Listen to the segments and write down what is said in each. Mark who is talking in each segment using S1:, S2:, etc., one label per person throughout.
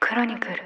S1: クロニクル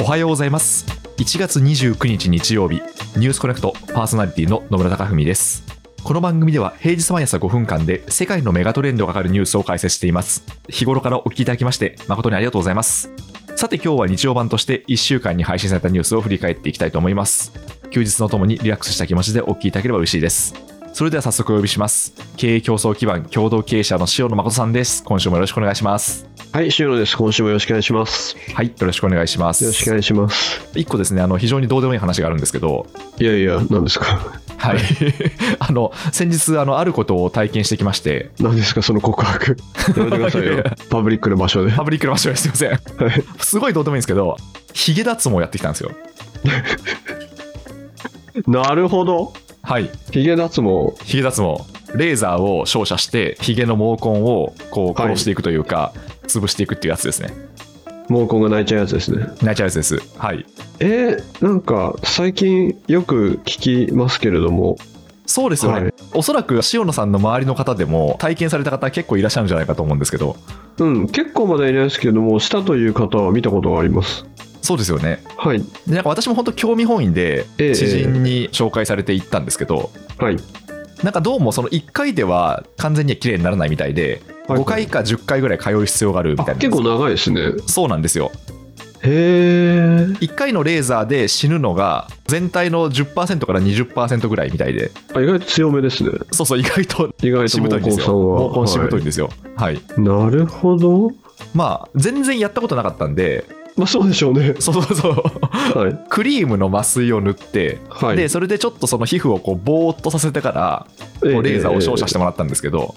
S2: おはようございます1月29日日曜日ニュースコネクトパーソナリティの野村貴文ですこの番組では平日毎朝5分間で世界のメガトレンドがかかるニュースを解説しています日頃からお聞きいただきまして誠にありがとうございますさて今日は日曜版として1週間に配信されたニュースを振り返っていきたいと思います休日のともにリラックスした気持ちでお聞きいただければ嬉しいですそれでは早速お呼びします経営競争基盤共同経営者の塩野誠さんです今週もよろしくお願いします
S3: はい、塩野です。今週もよろしくお願いします。
S2: はいよろしくお願いします
S3: よろしくお願いします。
S2: 一個ですねあの非常にどうでもいい話があるんですけど
S3: いやいや、何ですか。
S2: はい、 あの先日あのあることを体験してきまして
S3: 何ですか、その告白。やめてください
S2: いやい
S3: よ
S2: や。
S3: パブリックの場所で。
S2: パ
S3: は
S2: ブリックの場所ですいません
S3: い。
S2: すごいどうでもいいんですけどヒゲ脱毛をやってきたんですよ
S3: なるほど。
S2: はい
S3: ヒゲ脱毛。
S2: ヒゲ脱毛レーザーを照射してヒゲの毛根をこう
S3: はい
S2: 殺していくというか、潰していくっていうやつですね
S3: 毛根が泣いちゃうやつですね。
S2: ナイチャーやつですはい
S3: えー、なんか、最近よく聞きますけれども。
S2: そうですよね、
S3: はい
S2: おそらく塩野さんの周りの方でも体験された方結構いらっしゃるんじゃないかと思うんですけど
S3: うん、結構まだいないですけれども、したという方は見たことがあります。
S2: そうですよね
S3: はい。
S2: でなんか私も本当興味本位で
S3: ええ
S2: 知人に紹介されていったんですけど、
S3: はい。
S2: なんかどうもその1回では完全には綺麗にならないみたいで、
S3: はい
S2: 5回か10回ぐらい通う必要があるみたいな
S3: あ
S2: んです
S3: 結構長いですね。
S2: そうなんですよ
S3: へえ。
S2: 1回のレーザーで死ぬのが全体の10%から20%ぐらいみたいで
S3: あ意外と強めですね。
S2: そうそう意外と
S3: 意外
S2: し
S3: と
S2: ぶといん
S3: 毛
S2: で
S3: 根
S2: す
S3: さん
S2: よ
S3: は。
S2: 毛根しぶといん
S3: は
S2: ですよはい、
S3: いなるほど。
S2: まあ全然やったことなかったんで。
S3: まあ、そうでしょうね
S2: そうそうそう
S3: はい。
S2: クリームの麻酔を塗って、
S3: はい
S2: でそれでちょっとその皮膚をこうぼーっとさせてから
S3: え
S2: こ
S3: え
S2: うレーザーを照射してもらったんですけど、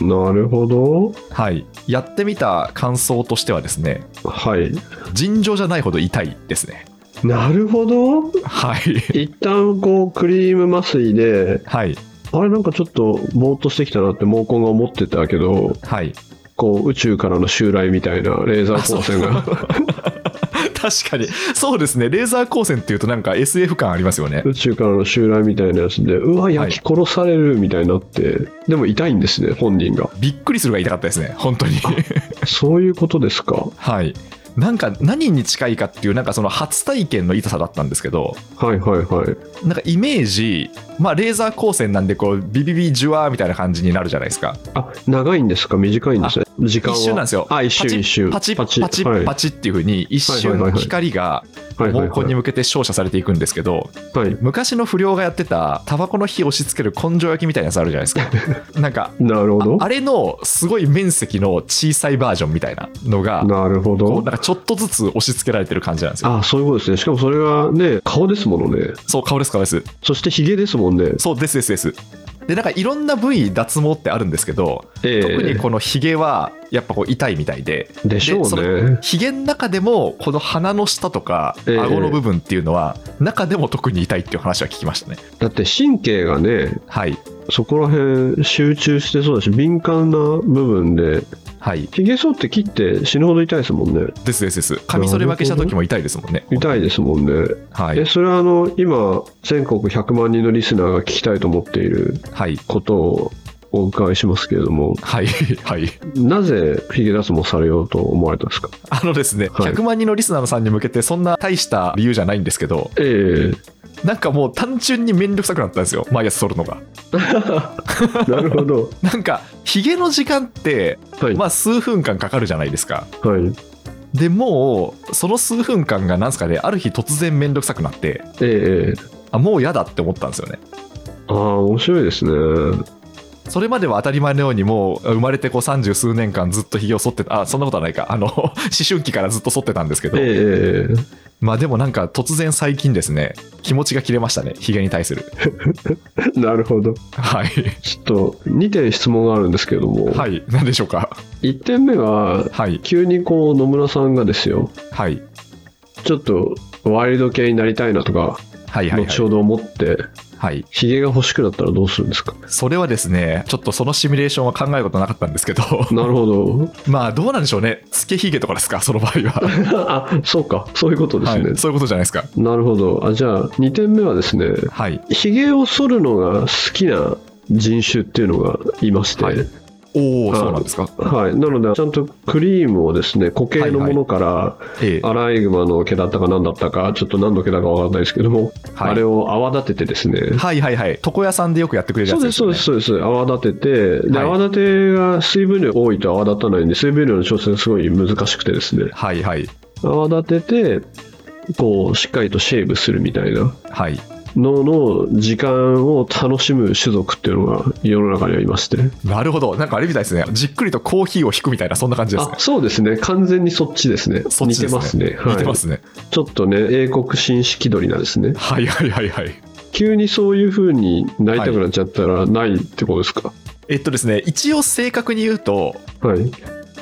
S3: なるほど。
S2: はい、やってみた感想としてはですね
S3: はい。
S2: 尋常じゃないほど痛いですね
S3: なるほど。
S2: はい。
S3: 一旦こうクリーム麻酔で、
S2: はい。
S3: あれなんかちょっとぼーっとしてきたなって毛根が思ってたけど、
S2: はい。
S3: こう宇宙からの襲来みたいなレーザー光線が。
S2: 確かに。そうですね。レーザー光線っていうとなんか SF 感ありますよね。
S3: 宇宙からの襲来みたいなやつで、うわ、焼き殺されるみたいになって、でも痛いんですね、本人が。
S2: びっくりするが痛かったですね。本当に。
S3: そういうことですか。
S2: はい。なんか何に近いかっていうなんかその初体験の痛さだったんですけど
S3: はいはいはい。
S2: なんかイメージまあレーザー光線なんでこうビビビジュワーみたいな感じになるじゃないですか
S3: あ、長いんですか短いんですね。時間
S2: 一
S3: は。
S2: 瞬なんですよ
S3: あ、一
S2: パチッ
S3: 瞬一瞬。
S2: パチッパチッパチ
S3: はい
S2: ッパチッっていう風に一
S3: はい
S2: 瞬
S3: はいはいはい
S2: 光が
S3: は
S2: 毛
S3: いはい
S2: 根に向けて照射されていくんですけど
S3: はい。
S2: 昔の不良がやってたタバコの火を押し付ける根性焼きみたいなやつあるじゃない ですかなんか
S3: なるほど
S2: あ。あれのすごい面積の小さいバージョンみたいなのが
S3: なるほ
S2: こ
S3: ど
S2: うな。んかちょっとずつ押し付けられてる感じなんですよ
S3: あそういうことですね。しかもそれがね、顔ですものね。
S2: そう顔です顔です
S3: そしてヒゲですもんね。
S2: そうですですですでなんかいろんな部位脱毛ってあるんですけど、
S3: ええ
S2: 特にこのヒゲはやっぱこう痛いみたいで
S3: でしょ
S2: そうの
S3: ね。
S2: ヒゲの中でもこの鼻の下とか
S3: ええ
S2: 顎の部分っていうのは中でも特に痛いっていう話は聞きましたね
S3: だって神経がね、
S2: はい
S3: そこら辺集中してそうだし、敏感な部分で、
S2: はい
S3: ヒゲ剃って切って死ぬほど痛いですもんね。
S2: ですですですカミソリ負けした時も痛いですもんね
S3: 痛いですもんね。
S2: はい
S3: え、それはあの、今、全国100万人のリスナーが聞きたいと思っている
S2: はい
S3: ことをお伺いしますけれども、
S2: はい はい
S3: なぜヒゲ脱毛されようと思われたんですか
S2: あのですね、
S3: はい
S2: 100万人のリスナーさんに向けてそんな大した理由じゃないんですけど
S3: ええ
S2: なんかもう単純に面倒くさくなったんですよ毎朝剃るのが
S3: なるほど。
S2: なんかヒゲの時間って
S3: はい。
S2: まあ数分間かかるじゃないですか
S3: はい。
S2: でもうその数分間がなんすかねある日突然面倒くさくなって
S3: ええええ
S2: あもう嫌だって思ったんですよね
S3: ああ、面白いですね。
S2: それまでは当たり前のようにもう生まれてこう三十数年間ずっとひげを剃ってたあそんなことはないかあの 思春期からずっと剃ってたんですけど、
S3: ええ
S2: まあでもなんか突然最近ですね気持ちが切れましたねひげに対する
S3: なるほど。
S2: はい
S3: ちょっと2点質問があるんですけども、
S2: はい何でしょうか
S3: 1点目は、
S2: はい
S3: 急にこう野村さんがですよ、
S2: はい
S3: ちょっとワイルド系になりたいなとか、
S2: はいはいはい
S3: 後ほど思って、
S2: はい
S3: ひげが欲しくなったらどうするんですか。
S2: それはですねちょっとそのシミュレーションは考えることなかったんですけど
S3: なるほど。
S2: まあどうなんでしょうねつけひげとかですかその場合は、
S3: あそうか、そういうことです
S2: は
S3: ね。
S2: い、そういうことじゃないですか
S3: なるほど。あじゃあ、2点目はですね、
S2: はい
S3: ひげを剃るのが好きな人種っていうのがいまして、
S2: はいおお、そうなんですか。
S3: はい、なので、ちゃんとクリームをですね固形のものから、
S2: ええ
S3: アライグマの毛だったか何だったか、ちょっと何の毛だか分からないですけども、
S2: はい
S3: あれを泡立ててですね、
S2: はいはいはい。床屋さんでよくやってくれる
S3: そ
S2: や
S3: う
S2: つ
S3: です、そうです、そうです、泡立てて、で
S2: はい
S3: 泡立てが水分量多いと泡立たないんで、水分量の調整がすごい難しくてですね、
S2: はいはい。
S3: 泡立てて、こう、しっかりとシェイブするみたいな
S2: はい。
S3: のの時間を楽しむ種族っていうのが世の中にはいまして、
S2: なるほど。なんかあれみたいですね。じっくりとコーヒーを引くみたいな、そんな感じですね
S3: あ。そうですね、完全にそっちですね、
S2: そっちで
S3: 似てますね、はい
S2: 似てますね。
S3: ちょっとね、英国紳士気取りなんですね。
S2: はいはいはいはい。
S3: 急にそういう風になりたくなっちゃったらないってことですか
S2: えっとですね、一応正確に言うと、
S3: はい、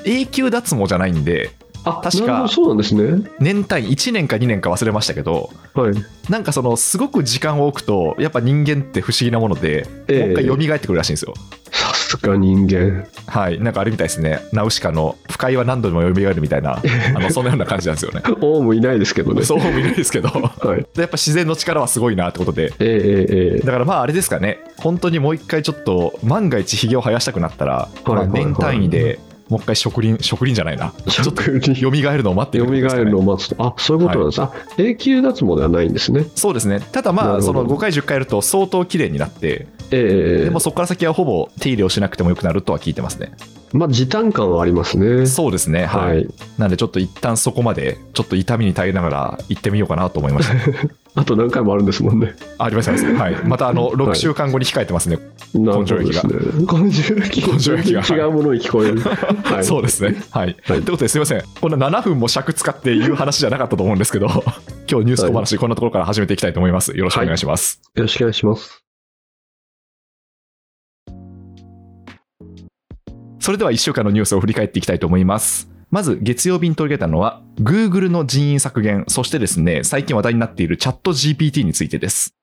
S2: 永久脱毛じゃないんで、
S3: あ
S2: 確か
S3: なるほどそうなんですね
S2: 年単位1年か2年か忘れましたけど、
S3: はい
S2: なんかその、すごく時間を置くと、やっぱ人間って不思議なもので、
S3: ええ
S2: もう一回蘇ってくるらしいんですよ。
S3: さすが人間
S2: はい。なんかあれみたいですね。ナウシカの不快は何度でも蘇るみたいな、あの、そんなような感じなんですよね。
S3: オウムいないですけどね
S2: そうもいるんですけ ど、
S3: はい
S2: やっぱ自然の力はすごいなってことで。
S3: えええええ
S2: だからまああれですかね、本当にもう一回ちょっと、万が一ひげを生やしたくなったら、
S3: いはいはい
S2: まあ年単位でもう一回植林、植林じゃないな、
S3: え
S2: ちょっと
S3: 食に
S2: 蘇るのを待って
S3: 蘇
S2: ってことですかね
S3: るのを待つとあそういうことなんです、あ永久脱毛ではないんですね
S2: そうですね、ただま
S3: なる
S2: あ、
S3: ほ
S2: そ
S3: ど
S2: の5回、10回やると相当綺麗になって、
S3: ええええ
S2: でもそこから先はほぼ手入れをしなくてもよくなるとは聞いてますね。
S3: まあ時短感はありますね
S2: そうですね、
S3: は、
S2: はいい。なんでちょっと一旦そこまで、ちょっと痛みに耐えながら行ってみようかなと思いま した。
S3: あと何回もあるんですもんね
S2: あありましたね、はい。またあの6週間後に控えてますね。
S3: なるほどですね根性液
S2: 根性液が
S3: 違うものに聞こえる、は い、
S2: そうですね。はい。と、
S3: はい
S2: い、うことですいません。こんな7分も尺使って言う話じゃなかったと思うんですけど、 今日ニュース小話、こんなところから始めていきたいと思います。よろしくお願いします。
S3: よろしくお願いします
S2: それでは1週間のニュースを振り返っていきたいと思います。まず月曜日に取り上げたのは、Google の人員削減、そしてですね、最近話題になっているチャット GPT についてです。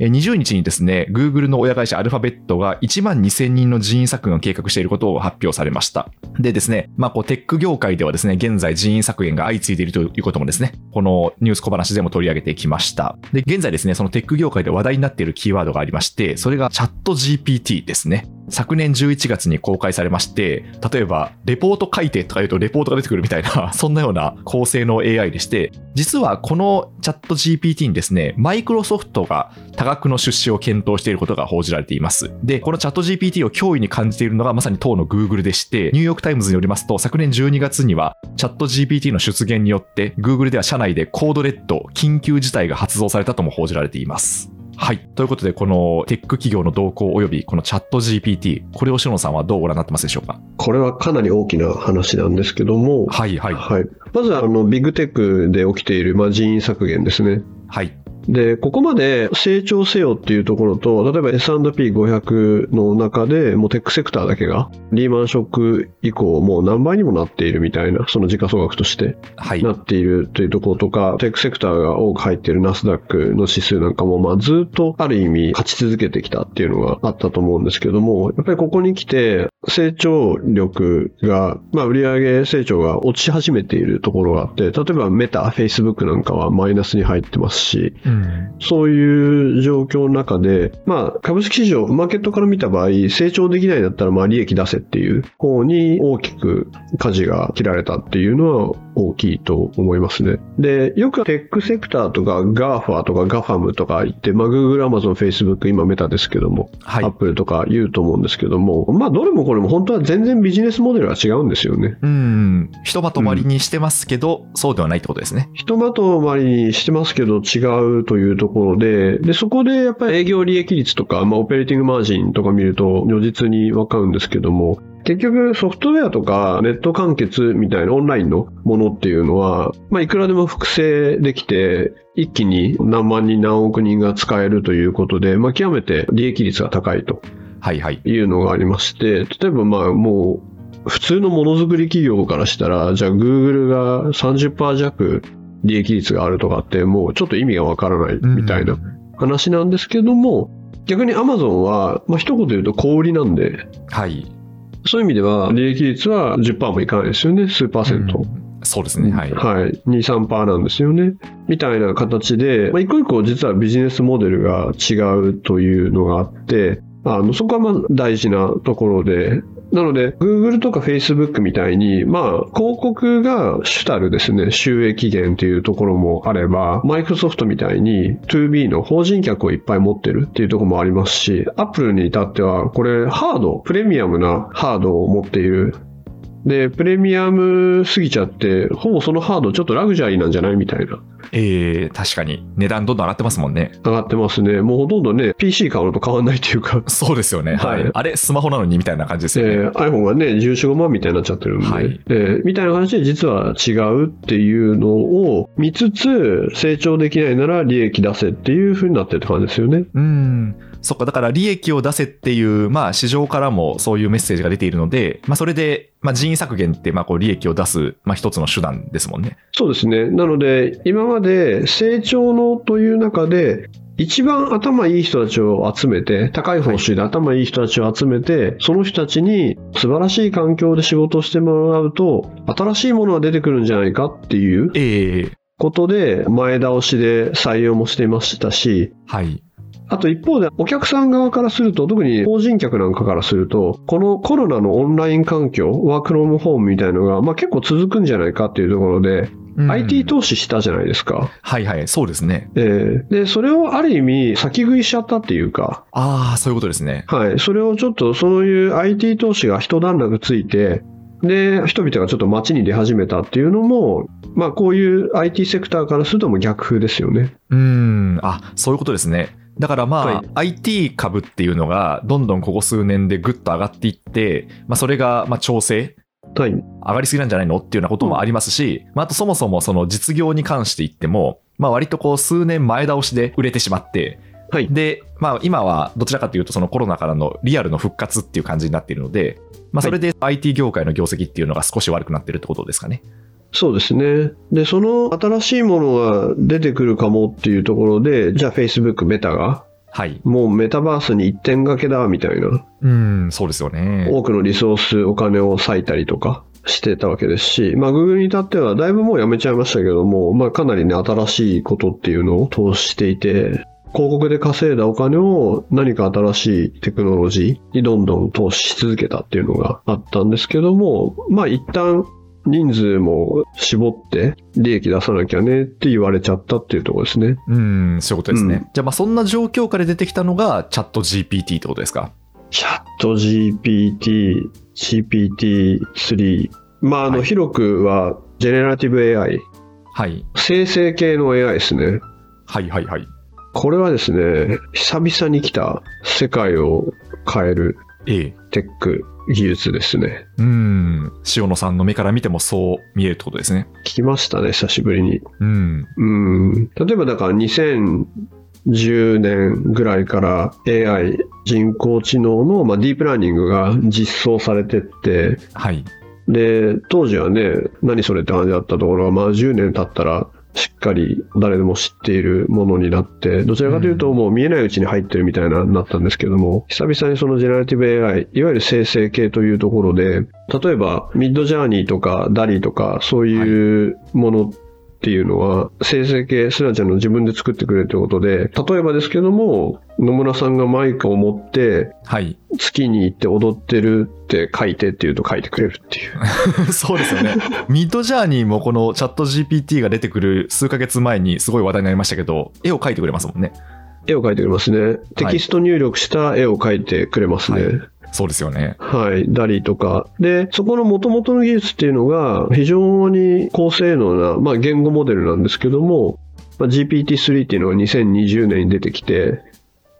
S2: えー20日にですね、Google の親会社アルファベットが1万2000人の人員削減を計画していることを発表されました。でですね、まあ、こう、テック業界ではですね、現在人員削減が相次いでいるということもですね、このニュース小話でも取り上げてきました。で、現在ですね、そのテック業界で話題になっているキーワードがありまして、それがチャット GPT ですね。昨年11月に公開されまして、例えば、レポート書いてとか言うとレポートが出てくるみたいな、 そんなような構成の AI でして、実はこのチャット GPT にですね、マイクロソフトが多額の出資を検討していることが報じられています。で、このチャット GPT を脅威に感じているのがまさに当の Google でして、ニューヨークタイムズによりますと、昨年12月にはチャット GPT の出現によって、Google では社内でコードレッド、緊急事態が発動されたとも報じられています。はい。ということで、このテック企業の動向及びこのチャット GPT、これをしのさんはどうご覧になってますでしょうか
S3: これはかなり大きな話なんですけども、
S2: はいはい。
S3: はい、まずあのビッグテックで起きている、まあ、人員削減ですね。
S2: はい。
S3: で、ここまで成長せよっていうところと、例えば S&P500 の中で、もうテックセクターだけが、リーマンショック以降、もう何倍にもなっているみたいな、その時価総額として
S2: はい。
S3: なっているというところとか、テックセクターが多く入っているナスダックの指数なんかも、まあ、ずっとある意味勝ち続けてきたっていうのがあったと思うんですけども、やっぱりここに来て成長力が、まあ、売上成長が落ち始めているところがあって、例えばメタ、フェイスブックなんかはマイナスに入ってますし、
S2: うん
S3: そういう状況の中で、まあ、株式市場、マーケットから見た場合、成長できないんだったら、まあ、利益出せっていう方に大きく舵が切られたっていうのは大きいと思いますね。で、よくテックセクターとか GAFA とか GAFAM とか言って、まあ、Google、Amazon、Facebook、今メタですけども、
S2: は
S3: アッ
S2: い。
S3: プルとか言うと思うんですけども、まあ、どれもこれも本当は全然ビジネスモデルは違うんですよね。
S2: うん。ひとまとまりにしてますけど、そうではないってことですね。
S3: ひとまとまりにしてますけど違うというところで、で、そこでやっぱり営業利益率とか、まあ、オペレーティングマージンとか見ると、如実にわかるんですけども、結局ソフトウェアとかネット完結みたいなオンラインのものっていうのは、まあ、いくらでも複製できて、一気に何万人何億人が使えるということで、まあ、極めて利益率が高いと
S2: はいはい。
S3: いうのがありまして、例えばまあもう、普通のものづくり企業からしたら、じゃあ Google が30%弱利益率があるとかって、もうちょっと意味がわからないみたいな
S2: うん
S3: 話なんですけども、逆に Amazon は、まあ、一言で言うと小売りなんで、
S2: はい。
S3: そういう意味では利益率は10%もいかないですよね、数パーセント。
S2: うんそうですね。はい。
S3: はい、2、3%なんですよね。みたいな形で、まあ、一個一個実はビジネスモデルが違うというのがあって、あのそこはまあ大事なところで、なので、Google とか Facebook みたいに、まあ、広告が主たるですね、収益源っていうところもあれば、Microsoft みたいに 2B の法人客をいっぱい持ってるっていうところもありますし、Apple に至っては、これ、ハード、プレミアムなハードを持っているで、プレミアム過ぎちゃって、ほぼそのハードちょっとラグジュアリーなんじゃないみたいな。
S2: えー、確かに値段どんどん上がってますもんね。
S3: 上がってますね。もうほとんどね、PC 買うのと変わんないというか、
S2: そうですよね。はい。
S3: はい
S2: あれ、スマホなのにみたいな感じです
S3: え
S2: よね。
S3: ー iPhone がね、14、5万みたいになっちゃってるんで、
S2: はい
S3: えーみたいな感じで実は違うっていうのを見つつ、成長できないなら利益出せっていう風になってるって感じですよね。
S2: うん。そっか、だから利益を出せっていう、まあ市場からもそういうメッセージが出ているので、まあそれで、まあ人員削減って、まあこう利益を出す、まあ一つの手段ですもんね。
S3: そうですね。なので、今まで成長のという中で、一番頭いい人たちを集めて、高い報酬で頭いい人たちを集めて、その人たちに素晴らしい環境で仕事をしてもらうと、新しいものが出てくるんじゃないかっていう
S2: ええ
S3: ことで、前倒しで採用もしていましたし、
S2: はい。
S3: あと一方で、お客さん側からすると、特に法人客なんかからすると、このコロナのオンライン環境、ワークロームホームみたいのが、まあ結構続くんじゃないかっていうところで、
S2: うん
S3: IT 投資したじゃないですか。
S2: はいはい、そうですね。
S3: えーで、それをある意味先食いしちゃったっていうか、
S2: ああ、そういうことですね。
S3: はい、それをちょっとそういう IT 投資が一段落ついて、で、人々がちょっと街に出始めたっていうのも、まあこういう IT セクターからするともう逆風ですよね。
S2: うーん、あ、そういうことですね。だからまあ、
S3: は
S2: IT 株っていうのが、どんどんここ数年でぐっと上がっていって、まあそれが、まあ調整、
S3: はい。
S2: 上がりすぎなんじゃないのっていうようなこともありますし、まああとそもそもその実業に関して言っても、まあ割とこう数年前倒しで売れてしまって、
S3: はい
S2: で、まあ今はどちらかというとそのコロナからのリアルの復活っていう感じになっているので、まあそれで IT 業界の業績っていうのが少し悪くなってるってことですかね。
S3: そうですね。で、その新しいものが出てくるかもっていうところで、じゃあ Facebook、メタが、
S2: はい。
S3: もうメタバースに一点掛けだ、みたいな。
S2: うーん、そうですよね。
S3: 多くのリソース、お金を割いたりとかしてたわけですし、まあ、Google に至っては、だいぶもうやめちゃいましたけども、まあ、かなりね、新しいことっていうのを投資していて、広告で稼いだお金を何か新しいテクノロジーにどんどん投資し続けたっていうのがあったんですけども、まあ、一旦人数も絞って利益出さなきゃねって言われちゃったっていうところですね。
S2: うーん、そういうことですね。
S3: うん
S2: じゃあ、まあそんな状況下で出てきたのが、チャット GPT ってことですか。
S3: チャット GPT、GPT3。まあ、あの、
S2: はい
S3: 広くは、ジェネラティブ AI、
S2: はい。
S3: 生成系の AI ですね。
S2: はいはいはい。
S3: これはですね、久々に来た世界を変える
S2: ええ。
S3: テック技術ですね。
S2: うーん。塩野さんの目から見てもそう見えるってことですね。
S3: 聞きましたね、久しぶりに。
S2: うん。
S3: うん。例えばだから2010年ぐらいから AI、人工知能の、まあ、ディープラーニングが実装されてって、
S2: はい。
S3: で、当時はね、何それって話だったところが、まあ10年経ったら、しっかり誰でも知っているものになって、どちらかというともう見えないうちに入ってるみたいな、なったんですけども、久々にそのジェネラティブ AI、いわゆる生成系というところで、例えばミッドジャーニーとかダリーとか、そういうものっていうのは、生成系、すなちゃんの自分で作ってくれるということで、例えばですけども、野村さんがマイクを持って、
S2: はい。
S3: 月に行って踊ってるって書いてっていうと書いてくれるってい う。
S2: そうですよ ね。ミッドジャーニーもこのチャット GPT が出てくる数ヶ月前にすごい話題になりましたけど、絵を描いてくれますもんね。
S3: 絵を描いてくれますね。テキスト入力した絵を描いてくれますね。
S2: は
S3: はいい。
S2: そうですよね。
S3: ダリーとか。で、そこの元々の技術っていうのが、非常に高性能な、まあ、言語モデルなんですけども、まあ GPT-3 っていうのが2020年に出てきて、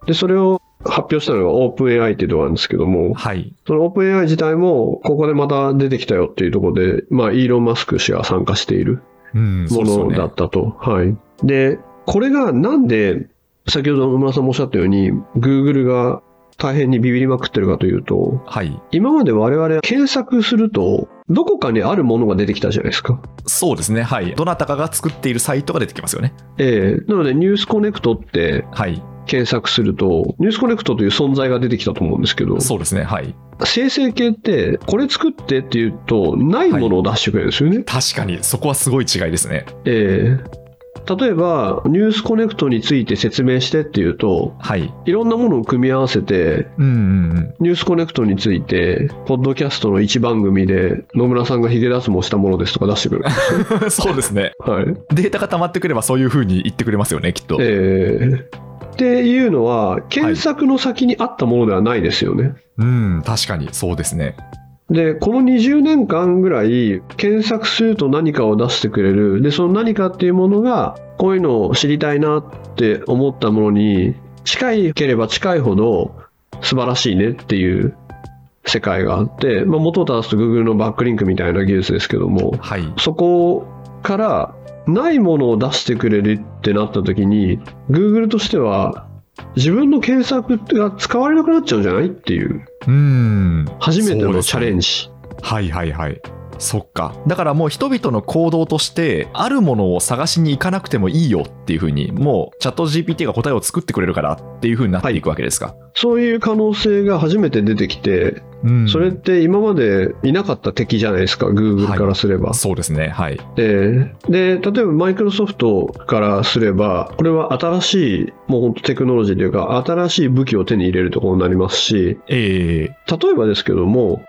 S3: で、それを発表したのが OpenAI っていうところなんですけども、
S2: はい。
S3: その OpenAI 自体も、ここでまた出てきたよっていうところで、まあ、イーロン・マスク氏が参加している。
S2: うん、そう
S3: も
S2: ですよ
S3: のだ
S2: ね。
S3: ったと。はい。で、これがなんで、先ほど野村さんもおっしゃったように、Google が大変にビビりまくってるかというと、
S2: はい。
S3: 今まで我々検索すると、どこかにあるものが出てきたじゃないですか。
S2: そうですね。はい。どなたかが作っているサイトが出てきますよね。
S3: ええなので、ニュースコネクトって
S2: はい。
S3: 検索すると、ニュースコネクトという存在が出てきたと思うんですけど、
S2: そうですね。はい。
S3: 生成系って、これ作ってっていうと、ないものを出してくれるんですよね。
S2: 確かに、そこはすごい違いですね。
S3: ええ例えば、ニュースコネクトについて説明してっていうと、
S2: はい。
S3: いろんなものを組み合わせて、
S2: うんうんうん。
S3: ニュースコネクトについて、ポッドキャストの一番組で、野村さんがヒゲ脱毛したものですとか出してくる。
S2: そうですね。
S3: はい。
S2: データが溜まってくればそういう風に言ってくれますよね、きっと。
S3: えーっていうのは、検索の先にあったものではないですよね。
S2: うん、確かにそうですね。
S3: で、この20年間ぐらい、検索すると何かを出してくれる。で、その何かっていうものが、こういうのを知りたいなって思ったものに、近ければ近いほど素晴らしいねっていう世界があって、まあ、元を正すと Google のバックリンクみたいな技術ですけども、
S2: はい。
S3: そこからないものを出してくれるってなった時に Google としては自分の検索が使われなくなっちゃうんじゃないっていう
S2: うん。
S3: 初めて
S2: そうで
S3: の
S2: すね
S3: チャレンジ。
S2: はいはいはい。そっか。だからもう人々の行動として、あるものを探しに行かなくてもいいよっていう風に、もうチャット GPT が答えを作ってくれるからっていう風になっていくわけですか。
S3: そういう可能性が初めて出てきて、
S2: うん
S3: それって今までいなかった敵じゃないですか、Google
S2: はい
S3: からすれば。
S2: そうですね。はい。
S3: でで、例えばマイクロソフトからすれば、これは新しい、もう本当テクノロジーというか、新しい武器を手に入れるところになりますし、
S2: ええ
S3: 例えばですけども、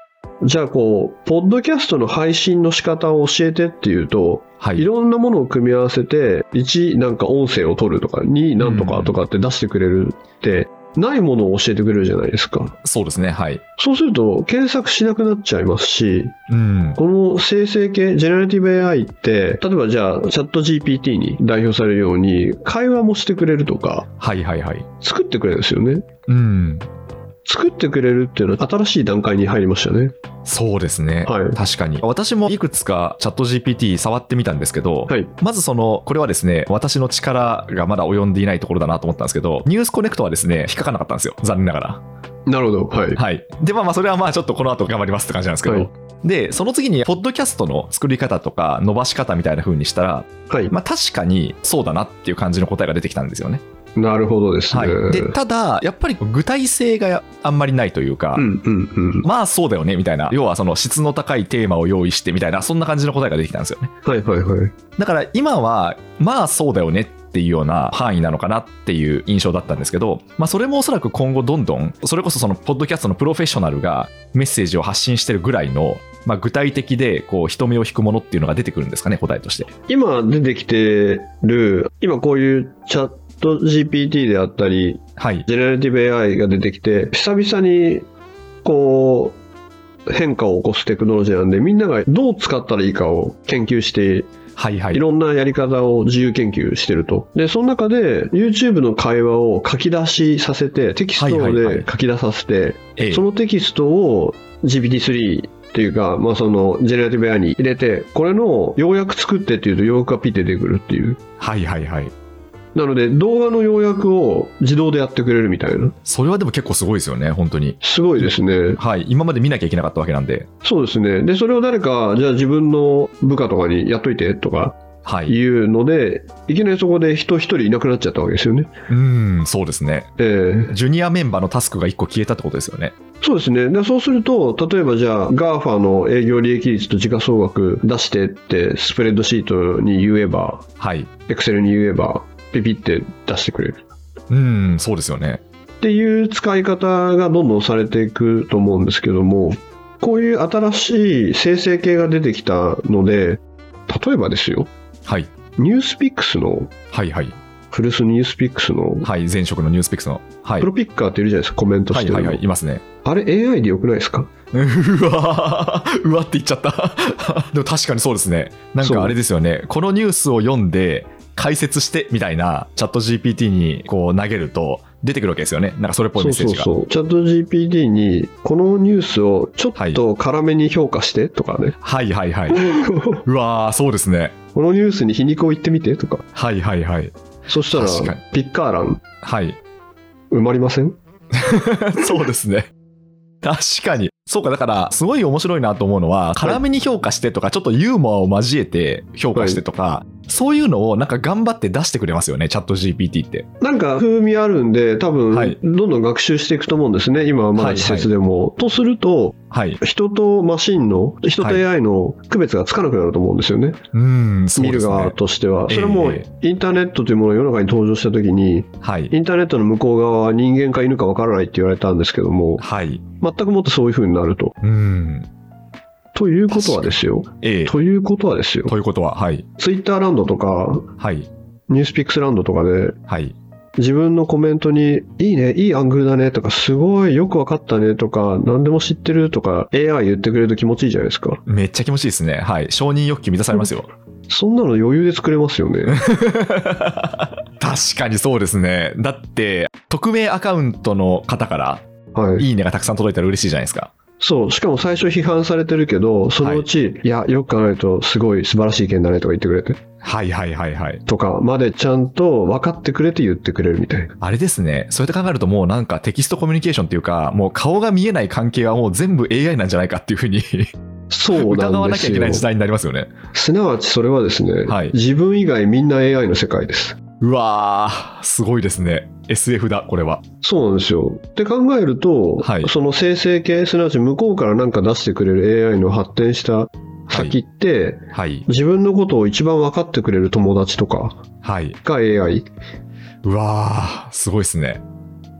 S3: じゃあこう、ポッドキャストの配信の仕方を教えてっていうと、
S2: はいい。
S3: ろんなものを組み合わせて、1、なんか音声を取るとか、2、なんとかとかって出してくれるって、ないものを教えてくれるじゃないですか。
S2: そうですね。はい。
S3: そうすると、検索しなくなっちゃいますし、
S2: うん。
S3: この生成系、ジェネラティブ AI って、例えばじゃあ、チャット GPT に代表されるように、会話もしてくれるとか、
S2: はいはいはい。
S3: 作ってくれるんですよね。
S2: うん。
S3: 作ってくれるっていうのは、新しい段階に入りましたね。
S2: そうですね、
S3: はい
S2: 確かに私もいくつかチャット GPT 触ってみたんですけど、
S3: はい
S2: まずそのこれはですね私の力がまだ及んでいないところだなと思ったんですけどニュースコネクトはですね引っかかんなかったんですよ残念ながら
S3: なるほど。はい。
S2: はいでまあまあそれはまあちょっとこの後頑張りますって感じなんですけど、
S3: はい
S2: でその次にポッドキャストの作り方とか伸ばし方みたいな風にしたら
S3: はい。
S2: まあ確かにそうだなっていう感じの答えが出てきたんですよね、
S3: なるほどですね。
S2: はい、でただやっぱり具体性があんまりないというか、
S3: うんうんうん。
S2: まあそうだよねみたいな要はその質の高いテーマを用意してみたいなそんな感じの答えができたんですよね
S3: はいはいはい。
S2: だから今はまあそうだよねっていうような範囲なのかなっていう印象だったんですけど、まあ、それもおそらく今後どんどんそれこそそのポッドキャストのプロフェッショナルがメッセージを発信してるぐらいの、まあ、具体的でこう人目を引くものっていうのが出てくるんですかね答えとして
S3: 今出てきてる、今こういうチャット GPT であったり、
S2: はい
S3: ジェネラティブ AI が出てきて、久々にこう、変化を起こすテクノロジーなんで、みんながどう使ったらいいかを研究して、
S2: はいはい
S3: いろんなやり方を自由研究してると。で、その中で YouTube の会話を書き出しさせて、テキス
S2: は
S3: ト
S2: いはいは
S3: で
S2: い
S3: 書き出させて、
S2: ええ
S3: そのテキストを GPT-3 っていうか、まあ、そのジェネラティブ AI に入れて、これの要約作ってっていうと要約がピッて出てくるっていう。
S2: はいはいはい
S3: なので動画の要約を自動でやってくれるみたいな。
S2: それはでも結構すごいですよね本当に
S3: すごいですね。
S2: はい今まで見なきゃいけなかったわけなんで
S3: そうですね。で、それを誰か、じゃあ自分の部下とかにやっといてとか
S2: はい
S3: いうので、いきなりそこで人一人いなくなっちゃったわけですよね。
S2: うんそうですね
S3: ええ
S2: ジュニアメンバーのタスクが1個消えたってことですよね
S3: そうですね。で、そうすると、例えばじゃあ、GAFA の営業利益率と時価総額出してって、スプレッドシートに言えば、
S2: はい。
S3: エクセルに言えば、ピピって出してくれる。
S2: うん、そうですよね。
S3: っていう使い方がどんどんされていくと思うんですけども、こういう新しい生成系が出てきたので、例えばですよ、
S2: はい。
S3: ニュースピックスの、
S2: はいはい。
S3: 古巣ニュースピックスの、
S2: はい。前職のニュースピックスの。はい
S3: プ。ロピッカーっているじゃないですか、コメント
S2: は
S3: して
S2: い
S3: るの。
S2: はいはい。いますね。
S3: あれ AI でよくないですか
S2: うわーう わって言っちゃった。でも確かにそうですね。なん
S3: そう
S2: かあれですよね。このニュースを読んで、解説してみたいなチャット GPT にこう投げると出てくるわけですよね。なんかそれっぽい
S3: そ
S2: メ
S3: う
S2: ッセー
S3: そう
S2: ジが。
S3: そう。チャット GPT に、このニュースをちょっと辛めに評価してとかね、
S2: はいはいはい。うわーそうですね。
S3: このニュースに皮肉を言ってみてとか、
S2: はいはいはい。
S3: そした
S2: 確からに、
S3: ピッカー欄
S2: はい。
S3: 埋まりません
S2: そうですね。確かに。そうか、だから、すごい面白いなと思うのは、
S3: い
S2: 辛めに評価してとか、ちょっとユーモアを交えて評価してとか、そういうのをなんか頑張って出してくれますよね、チャット GPT って。
S3: なんか風味あるんで、多分、
S2: はい
S3: どんどん学習していくと思うんですね、今はまだ施設でも。とすると、
S2: はい。
S3: 人とマシンの、人と
S2: はい
S3: AI の区別がつかなくなると思うんですよね、
S2: うん、そう
S3: 見
S2: で
S3: る
S2: す
S3: 側
S2: ね。
S3: としては。
S2: ええ
S3: それはもう、インターネットというものが世の中に登場したときに、
S2: はい。
S3: インターネットの向こう側は人間か犬かわからないって言われたんですけども、
S2: はい。
S3: 全くもってそういう風になると。
S2: うん。
S3: ということはですよ。
S2: ええ。
S3: ということはですよ。
S2: ということは、はい。
S3: ツイッターランドとか、
S2: はい。
S3: ニュースピックスランドとかで、
S2: はい。
S3: 自分のコメントに、いいね、いいアングルだねとか、すごいよくわかったねとか、何でも知ってるとか、AI 言ってくれると気持ちいいじゃないですか。
S2: めっちゃ気持ちいいですね。はい。承認欲求満たされます よ。
S3: そんなの余裕で作れます よね。
S2: 確かにそうですね。だって、匿名アカウントの方から、
S3: はい。
S2: いいねがたくさん届いたら嬉しいじゃないですか。
S3: そう。しかも最初批判されてるけど、そのうち、い、や、よく考えると、すごい素晴らしい意見だねとか言ってくれて、
S2: はいはいはいはい。
S3: とか、までちゃんと分かってくれて言ってくれるみたいな。
S2: あれですね。そうやって考えるともうなんかテキストコミュニケーションっていうか、もう顔が見えない関係はもう全部 AI なんじゃないかっていうふうに
S3: そう
S2: 疑
S3: な
S2: わ
S3: ん
S2: な
S3: で
S2: きゃ
S3: す
S2: いけない時
S3: よ。
S2: 代になりますよね。
S3: すなわちそれはですね、
S2: はい
S3: 自分以外みんな AI の世界です。
S2: うわー、すごいですね。SF だ、これは。
S3: そうなんですよ。って考えると、
S2: はい
S3: その生成系、すなわち向こうから何か出してくれる AI の発展した先って、
S2: はい。
S3: 自分のことを一番分かってくれる友達とか
S2: はい。
S3: が AI。
S2: うわー、すごいですね。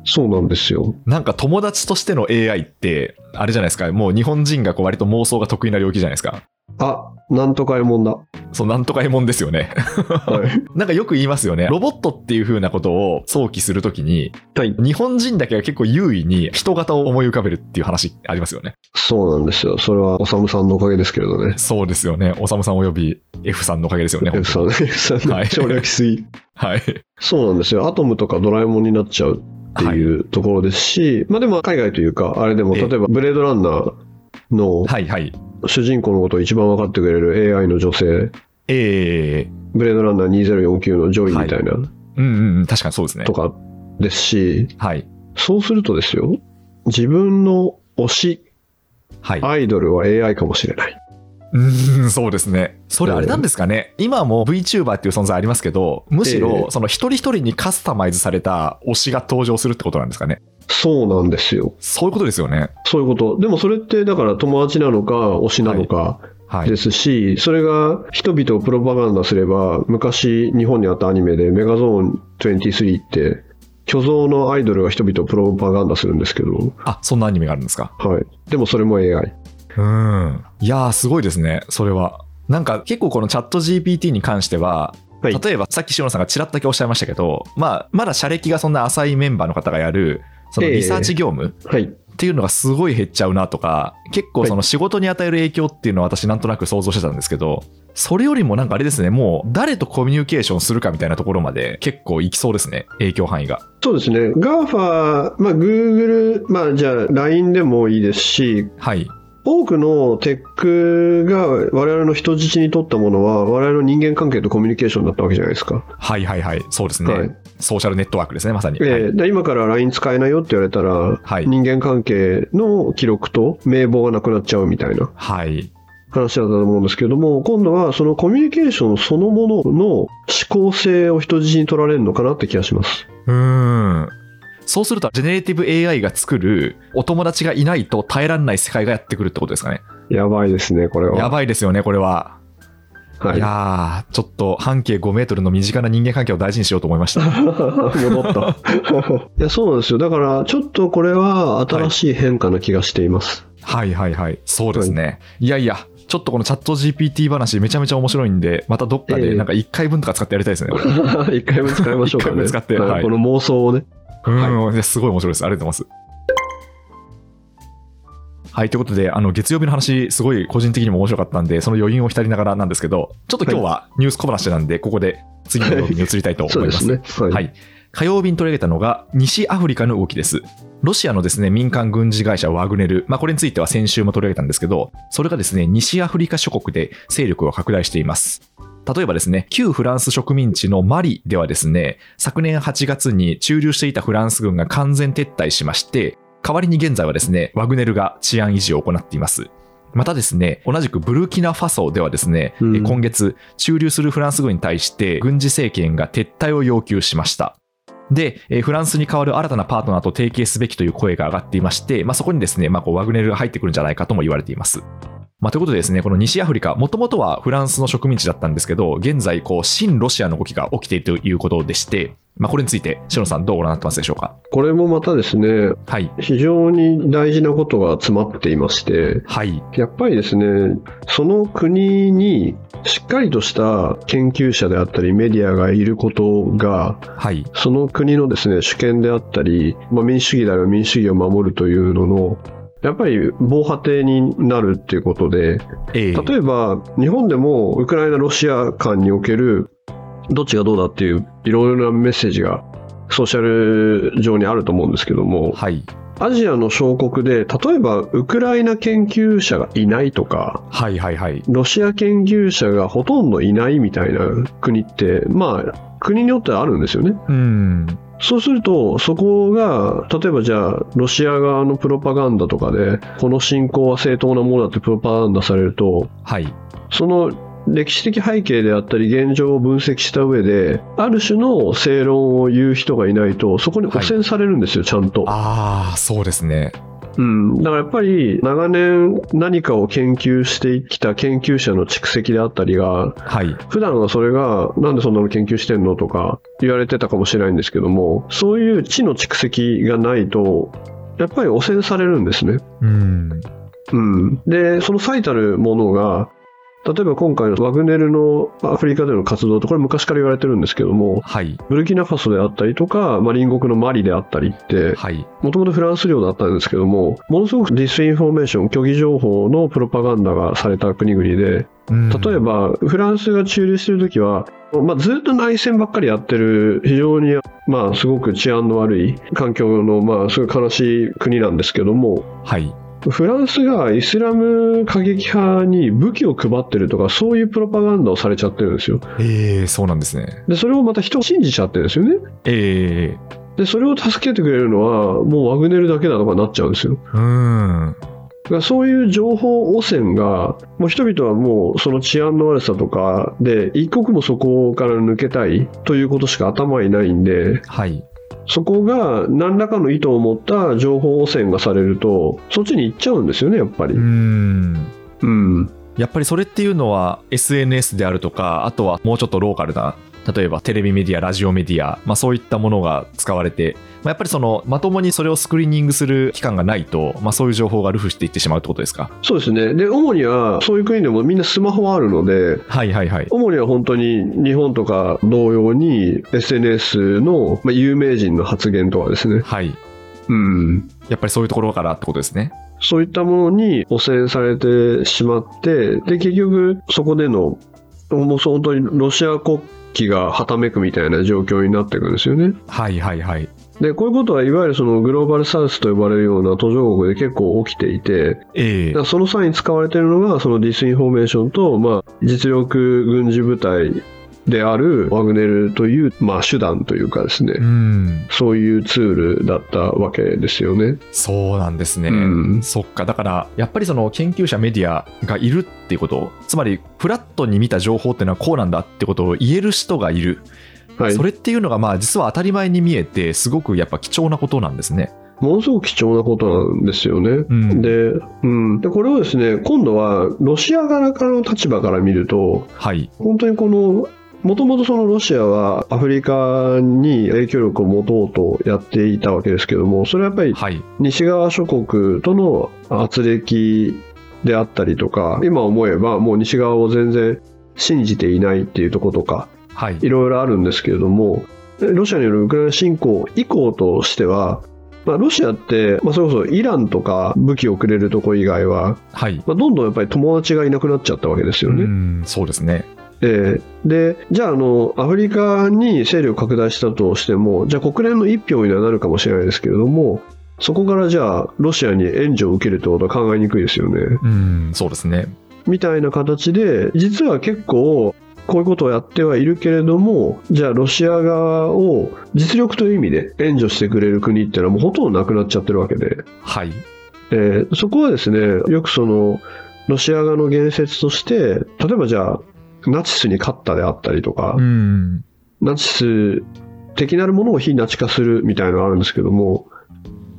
S3: そうなんですよ。
S2: なんか友達としての AI って、あれじゃないですか。もう日本人がこう割と妄想が得意な領域じゃないですか。
S3: あ、なんとかえもんだ。
S2: そう、なんとかえもんですよね。
S3: はい。
S2: なんかよく言いますよね。ロボットっていう風なことを想起するときに、
S3: はい。
S2: 日本人だけが結構優位に人型を思い浮かべるっていう話ありますよね。
S3: そうなんですよ。それは、おさむさんのおかげですけれどね。
S2: そうですよね。おさむさんおよび F さんのおかげですよね。
S3: F さん、F さん
S2: は
S3: の
S2: い
S3: 省略しすぎ。
S2: はい。
S3: そうなんですよ。アトムとかドラえもんになっちゃうっていうところですし、まあでも海外というか、あれでも、
S2: え
S3: 例
S2: え
S3: えばブレードランナーの
S2: はいはい。
S3: 主人公のことを一番分かってくれる AI の女性、
S2: えー、
S3: ブレードランナー2049のジョイみたいな
S2: うんうんうん、確かにそうですね
S3: と。かですし、
S2: はい。
S3: そうするとですよ、自分の推し、
S2: はい。
S3: アイドルは AI かもしれない。
S2: うーん、そうですね。それあれなんですかね。今も VTuber っていう存在ありますけど、むし
S3: え
S2: ろ
S3: え
S2: その一人一人にカスタマイズされた推しが登場するってことなんですかね。
S3: そうなんですよ。
S2: そういうことですよね。
S3: そういうこと。でもそれって、だから友達なのか、推しなのか
S2: はい
S3: で。すし、それが人々をプロパガンダすれば、昔日本にあったアニメで、メガゾーン23って、巨像のアイドルが人々をプロパガンダするんですけど、
S2: あ、そんなアニメがあるんですか。
S3: はい。でもそれも AI。
S2: うん。いやー、すごいですね、それは。なんか結構このチャット GPT に関しては、
S3: はい
S2: 例えばさっき塩野さんがちらっとだけおっしゃいましたけど、まあ、まだ社歴がそんな浅いメンバーの方がやる、その
S3: ええ
S2: リサーチ業務
S3: はい。
S2: っていうのがすごい減っちゃうなとか、結構その仕事に与える影響っていうのは私なんとなく想像してたんですけど、それよりもなんかあれですね、もう誰とコミュニケーションするかみたいなところまで結構いきそうですね、影響範囲が。
S3: そうですね。GAFA、まあ、Google、まあ、じゃあ LINE でもいいですし、
S2: はい。
S3: 多くのテックが我々の人質に取ったものは、我々の人間関係とコミュニケーションだったわけじゃないですか。
S2: はいはいはい。そうですね。
S3: はい
S2: ソーシャルネットワークですね、まさに。
S3: え
S2: はい
S3: ーで今から LINE 使えないよって言われたら、
S2: はい
S3: 人間関係の記録と名簿がなくなっちゃうみたいな
S2: はい。
S3: 話だったと思うんですけども、今度はそのコミュニケーションそのものの思考性を人質に取られるのかなって気がします。
S2: うーん。そうすると、ジェネレーティブ AI が作るお友達がいないと耐えられない世界がやってくるってことですかね。
S3: やばいですね、これは。
S2: やばいですよね、これは。
S3: はい
S2: い、 やー、ちょっと半径5メートルの身近な人間関係を大事にしようと思いま した。
S3: 戻った。いや、そうなんですよ。だから、ちょっとこれは新しい変化な気がしています。
S2: はいはいはい。そうですね。いやいや、ちょっとこのチャット GPT 話めちゃめちゃ面白いんで、またどっか
S3: ええ
S2: でなんか1回分とか使ってやりたいですね。これ
S3: 一回も使いましょうかね。
S2: 一回も使って
S3: はい
S2: はい
S3: この妄想をね。
S2: うん、いやすごい面白いです。ありがとうございます。はい、ということで、あの、月曜日の話、すごい個人的にも面白かったんで、その余韻を浸りながらなんですけど、ちょっと今日はニュース小話なんで、ここで次の曜日に移りたいと
S3: そ
S2: 思
S3: う
S2: い
S3: で
S2: ますす。
S3: ね。はい。
S2: はい。火曜日に取り上げたのが、西アフリカの動きです。ロシアのですね、民間軍事会社ワグネル、まあ、これについては先週も取り上げたんですけど、それがですね、西アフリカ諸国で勢力を拡大しています。例えばですね、旧フランス植民地のマリではですね、昨年8月に駐留していたフランス軍が完全撤退しまして、代わりに現在はですね、ワグネルが治安維持を行っています。またですね、同じくブルキナファソではですね、
S3: うん
S2: え今月、駐留するフランス軍に対して軍事政権が撤退を要求しました。で、えーフランスに代わる新たなパートナーと提携すべきという声が上がっていまして、まあ、そこにですね、まあ、こうワグネルが入ってくるんじゃないかとも言われています。まあ、ということでですね、この西アフリカ、もともとはフランスの植民地だったんですけど、現在、こう、新ロシアの動きが起きているということでして、まあ、これについて、シロさん、どうご覧になってますでしょうか。
S3: これもまたですね、
S2: はい。
S3: 非常に大事なことが詰まっていまして、
S2: はい。
S3: やっぱりですね、その国にしっかりとした研究者であったりメディアがいることが、
S2: はい。
S3: その国のですね、主権であったり、まあ、民主主義であれば民主主義を守るというのの、やっぱり防波堤になるっていうことで、
S2: えー
S3: 例えば日本でもウクライナ・ロシア間におけるどっちがどうだっていういろいろなメッセージがソーシャル上にあると思うんですけども
S2: はい。
S3: アジアの小国で例えばウクライナ研究者がいないとか
S2: はい。はい。はい。
S3: ロシア研究者がほとんどいないみたいな国ってまあ国によってはあるんですよね。
S2: うん。
S3: そうすると、そこが、例えばじゃあ、ロシア側のプロパガンダとかで、この侵攻は正当なものだってプロパガンダされると、
S2: はい。
S3: その歴史的背景であったり現状を分析した上である種の正論を言う人がいないとそこに汚染されるんですよ、ちゃんと、
S2: ああ、そうですね。
S3: うん、だからやっぱり長年何かを研究してきた研究者の蓄積であったりが
S2: はい。
S3: 普段はそれがなんでそんなの研究してんのとか言われてたかもしれないんですけどもそういう知の蓄積がないとやっぱり汚染されるんですね
S2: うん。
S3: うん、でその最たるものが例えば今回のワグネルのアフリカでの活動とこれ昔から言われてるんですけども
S2: はい。
S3: ブルキナファソであったりとか、まあ、隣国のマリであったりって
S2: はい。
S3: もともとフランス領だったんですけどもものすごくディスインフォメーション虚偽情報のプロパガンダがされた国々で
S2: うん
S3: 例え、ばフランスが駐留してる時は、まあ、ずっと内戦ばっかりやってる非常に、まあ、すごく治安の悪い環境の、まあ、すごい悲しい国なんですけども
S2: はい。
S3: フランスがイスラム過激派に武器を配ってるとか、そういうプロパガンダをされちゃってるんですよ。
S2: えー、そうなんですね。
S3: で、それをまた人を信じちゃってるんですよね。
S2: え
S3: で、それを助けてくれるのは、もうワグネルだけだとかになっちゃうんですよ。
S2: ー、うん。
S3: だからそういう情報汚染が、もう人々はもうその治安の悪さとかで、一刻もそこから抜けたいということしか頭にないんで、
S2: はい。
S3: そこが何らかの意図を持った情報汚染がされると、そっちに行っちゃうんですよね、やっぱり。
S2: うん。
S3: うん。
S2: やっぱりそれっていうのは SNS であるとか、あとはもうちょっとローカルな、例えばテレビメディア、ラジオメディア、まあ、そういったものが使われて、まあ、やっぱりそのまともにそれをスクリーニングする機関がないと、まあ、そういう情報がルフしていってしまうってことですか。
S3: そうですね。で、主には、そういう国でもみんなスマホはあるので、
S2: はいはいはい。
S3: 主には本当に日本とか同様に SNS のまあ有名人の発言とかですね。
S2: はい。
S3: うん。
S2: やっぱりそういうところからってことですね。
S3: そういったものに汚染されてしまって、で、結局そこでの、もう本当にロシア国旗がはためくみたいな状況になっていくんですよね。
S2: はいはいはい。
S3: で、こういうことはいわゆるそのグローバルサウスと呼ばれるような途上国で結構起きていて、
S2: ええ
S3: だからその際に使われているのがそのディスインフォメーションと、まあ、実力軍事部隊であるワグネルという、まあ、手段というかですね、
S2: うん。
S3: そういうツールだったわけですよね。
S2: そうなんですね。
S3: うん
S2: そっか、だから、やっぱりその研究者、メディアがいるっていうこと、つまり、フラットに見た情報っていうのはこうなんだってことを言える人がいる、
S3: はい、
S2: それっていうのが、まあ、実は当たり前に見えて、すごくやっぱ貴重なことなんですね。
S3: ものすごく貴重なことなんですよね。
S2: うん
S3: で,、うん、でこれをですね今度はロシア側からの立場から見ると
S2: はい。
S3: 本当にこのもともとそのロシアはアフリカに影響力を持とうとやっていたわけですけどもそれはやっぱり
S2: はい。
S3: 西側諸国との圧力であったりとか今思えばもう西側を全然信じていないっていうところとか
S2: はい。
S3: いろいろあるんですけれどもロシアによるウクライナ侵攻以降としては、まあ、ロシアって、まあ、それこそイランとか武器をくれるとこ以外は、
S2: はい。
S3: まあ、どんどんやっぱり友達がいなくなっちゃったわけです
S2: う
S3: よね。
S2: ん、そうですね。
S3: ええでじゃああのアフリカに勢力を拡大したとしてもじゃあ国連の一票にはなるかもしれないですけれどもそこからじゃあロシアに援助を受けるってことは考えにくいですよね
S2: うん、そうですね。
S3: みたいな形で実は結構こういうことをやってはいるけれどもじゃあロシア側を実力という意味で援助してくれる国っていうのはもうほとんどなくなっちゃってるわけで、
S2: はい。
S3: ええそこはですねよくそのロシア側の言説として、例えばじゃあ、ナチスに勝ったであったりとか、
S2: うん。
S3: ナチス的なるものを非ナチ化するみたいなのがあるんですけども、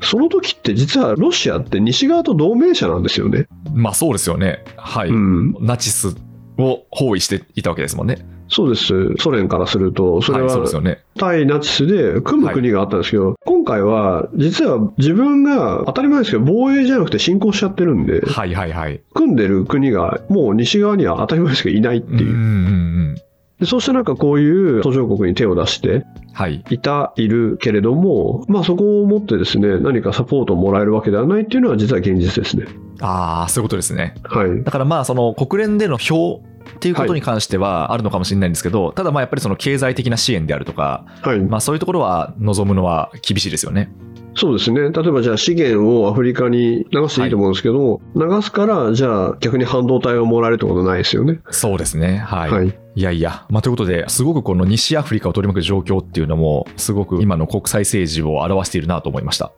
S3: その時って実はロシアって西側と同盟者なんですよね。
S2: まあそうですよね。はい。
S3: うん。
S2: ナチスを包囲していたわけですもんね。
S3: そうです。ソ連からすると、それ
S2: い、そう
S3: は
S2: ですよね。
S3: 対ナチスで組む国があったんですけど、今回は実は自分が当たり前ですけど、防衛じゃなくて侵攻しちゃってるんで、
S2: はいはいはい。
S3: 組んでる国がもう西側には当たり前ですけどいないって
S2: うんう
S3: いう。
S2: ん
S3: でそうした中こういう途上国に手を出して
S2: うん。はい。
S3: いた、いるけれども、まあそこをもってですね、何かサポートをもらえるわけではないっていうのは実は現実ですね。
S2: ああ、そういうことですね。
S3: はい。
S2: だからまあその国連での票っていうことに関してはあるのかもしれないんですけど、ただまあやっぱりその経済的な支援であるとか、
S3: はい。
S2: まあそういうところは望むのは厳しいですよね。
S3: そうですね。例えばじゃあ資源をアフリカに流していいと思うんですけども、流すから、じゃあ逆に半導体をもらえるってことないですよね。
S2: そうですね。はい。、
S3: はいい。
S2: やいや。まあということで、すごくこの西アフリカを取り巻く状況っていうのも、すごく今の国際政治を表しているなと思いました。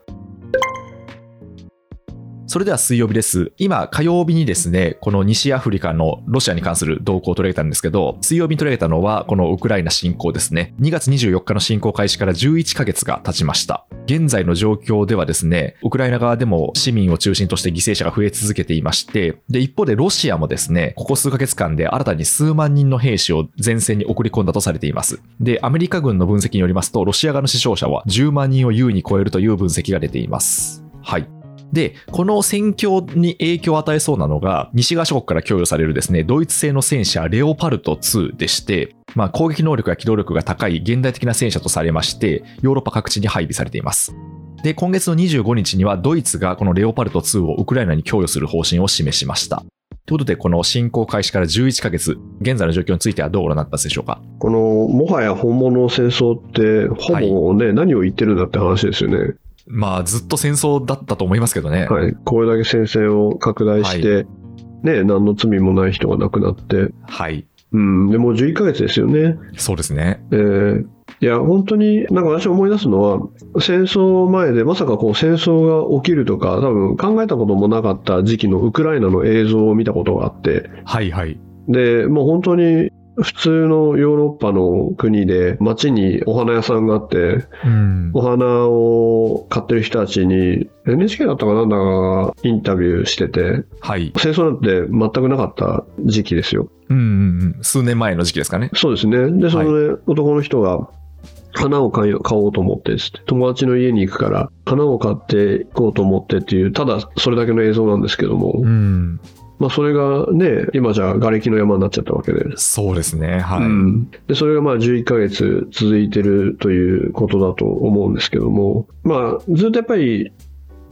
S2: それでは水曜日です。今、火曜日にですね、この西アフリカのロシアに関する動向を取り上げたんですけど、水曜日に取り上げたのは、このウクライナ侵攻ですね。2月24日の侵攻開始から11ヶ月が経ちました。現在の状況ではですね、ウクライナ側でも市民を中心として犠牲者が増え続けていまして、で、一方でロシアもですね、ここ数ヶ月間で新たに数万人の兵士を前線に送り込んだとされています。で、アメリカ軍の分析によりますと、ロシア側の死傷者は10万人を優に超えるという分析が出ています。はい。で、この戦況に影響を与えそうなのが、西側諸国から供与されるですね、ドイツ製の戦車レオパルト2でして、まあ、攻撃能力や機動力が高い現代的な戦車とされまして、ヨーロッパ各地に配備されています。で、今月の25日にはドイツがこのレオパルト2をウクライナに供与する方針を示しました。ということで、この侵攻開始から11ヶ月、現在の状況についてはどうご覧になったでしょうか
S3: この、もはや本物の戦争って、ほぼね、何を言ってるんだって話ですよね。
S2: まあ、ずっと戦争だったと思いますけどね。
S3: はい。これだけ戦線を拡大して、ね、何の罪もない人が亡くなって、
S2: はい。
S3: うん、でもう11ヶ月ですよね。
S2: そうですね。
S3: えーいや、本当に、なんか私思い出すのは、戦争前でまさかこう戦争が起きるとか、多分考えたこともなかった時期のウクライナの映像を見たことがあって、
S2: はいはい。
S3: で、もう本当に普通のヨーロッパの国で街にお花屋さんがあって、
S2: うん
S3: お花を買ってる人たちに NHK だったかなんだかがインタビューしてて、
S2: はい。
S3: 戦争なんて全くなかった時期ですよ。
S2: うんうんうん。数年前の時期ですかね。
S3: そうですね。で、そのね、男の人が、花を買い買おうと思ってですって友達の家に行くから、花を買って行こうと思ってっていう、ただそれだけの映像なんですけども、
S2: うん。
S3: まあそれがね、今じゃ瓦礫の山になっちゃったわけで。
S2: そうですね。はい。
S3: うんでそれがまあ11ヶ月続いてるということだと思うんですけども、まあ、ずっとやっぱり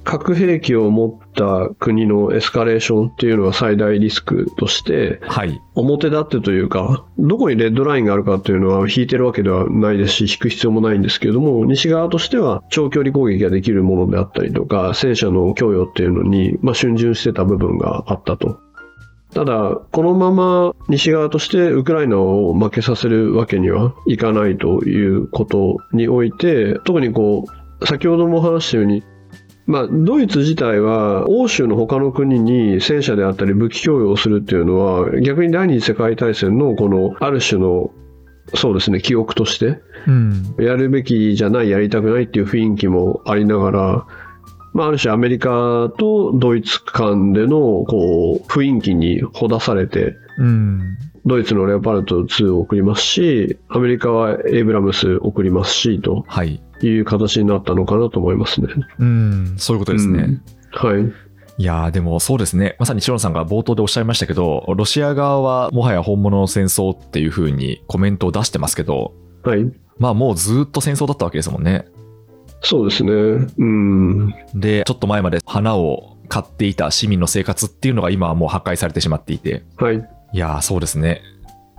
S3: 核兵器を持った国のエスカレーションっていうのは最大リスクとして、
S2: はい。
S3: 表立ってというか、どこにレッドラインがあるかというのは引いてるわけではないですし、引く必要もないんですけれども、西側としては長距離攻撃ができるものであったりとか、戦車の供与っていうのに、まあ、逡巡してた部分があったと。ただ、このまま西側としてウクライナを負けさせるわけにはいかないということにおいて、特にこう、先ほども話したように、まあ、ドイツ自体は欧州の他の国に戦車であったり武器供与をするっていうのは逆に第二次世界大戦のこのある種のそうですね記憶として
S2: うん。
S3: やるべきじゃないやりたくないっていう雰囲気もありながら、まあ、ある種アメリカとドイツ間でのこう雰囲気にほだされて
S2: うん。
S3: ドイツのレオパルト2を送りますしアメリカはエイブラムス送りますしと
S2: はい。
S3: いう形になったのかなと思いますね。
S2: うん。そういうことですね。
S3: うんはい
S2: いやーでもそうですね、まさにシロンさんが冒頭でおっしゃいましたけど、ロシア側はもはや本物の戦争っていうふうにコメントを出してますけど、
S3: はい
S2: まあもうずーっと戦争だったわけですもんね。
S3: そうですね。うん。
S2: で、ちょっと前まで花を買っていた市民の生活っていうのが今はもう破壊されてしまっていて、
S3: はい。
S2: いやーそうですね。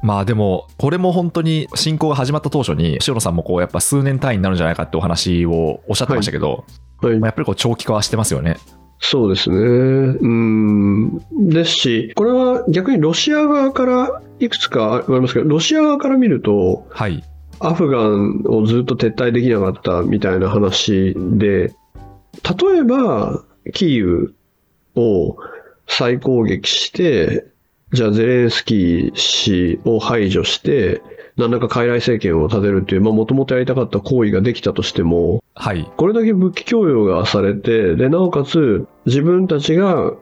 S2: まあでも、これも本当に侵攻が始まった当初に、塩野さんもこうやっぱ数年単位になるんじゃないかってお話をおっしゃってましたけど、
S3: はい
S2: まあ、やっぱりこう長期化はしてますよね。
S3: そうですね。うん。ですし、これは逆にロシア側から、いくつかありますけど、ロシア側から見ると、
S2: はい。
S3: アフガンをずっと撤退できなかったみたいな話で、例えば、キーウを再攻撃して、じゃあゼレンスキー氏を排除して、何らか傀儡政権を立てるっていう、まあもともとやりたかった行為ができたとしても、
S2: はい。
S3: これだけ武器供与がされて、で、なおかつ自分たちが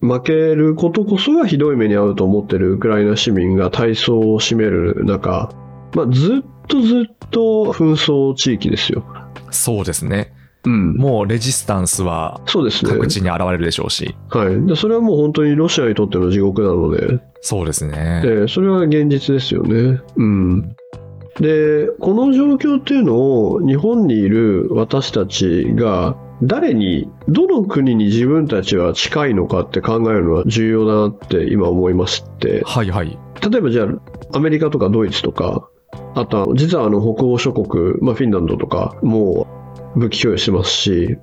S3: 負けることこそがひどい目に遭うと思ってるウクライナ市民が体操を占める中、まあずっとずっと紛争地域ですよ。
S2: そうですね。
S3: うん。
S2: もうレジスタンスは
S3: そうですね。
S2: 各地に現れるでしょうし。
S3: はい。で、それはもう本当にロシアにとっての地獄なので、
S2: そうですね。
S3: ええそれは現実ですよね。うん。で、この状況っていうのを日本にいる私たちが誰に、どの国に自分たちは近いのかって考えるのは重要だなって今思いまして、
S2: はいはい。
S3: 例えばじゃあアメリカとかドイツとか、あとは実はあの北欧諸国、まあ、フィンランドとかも武器供与してますし、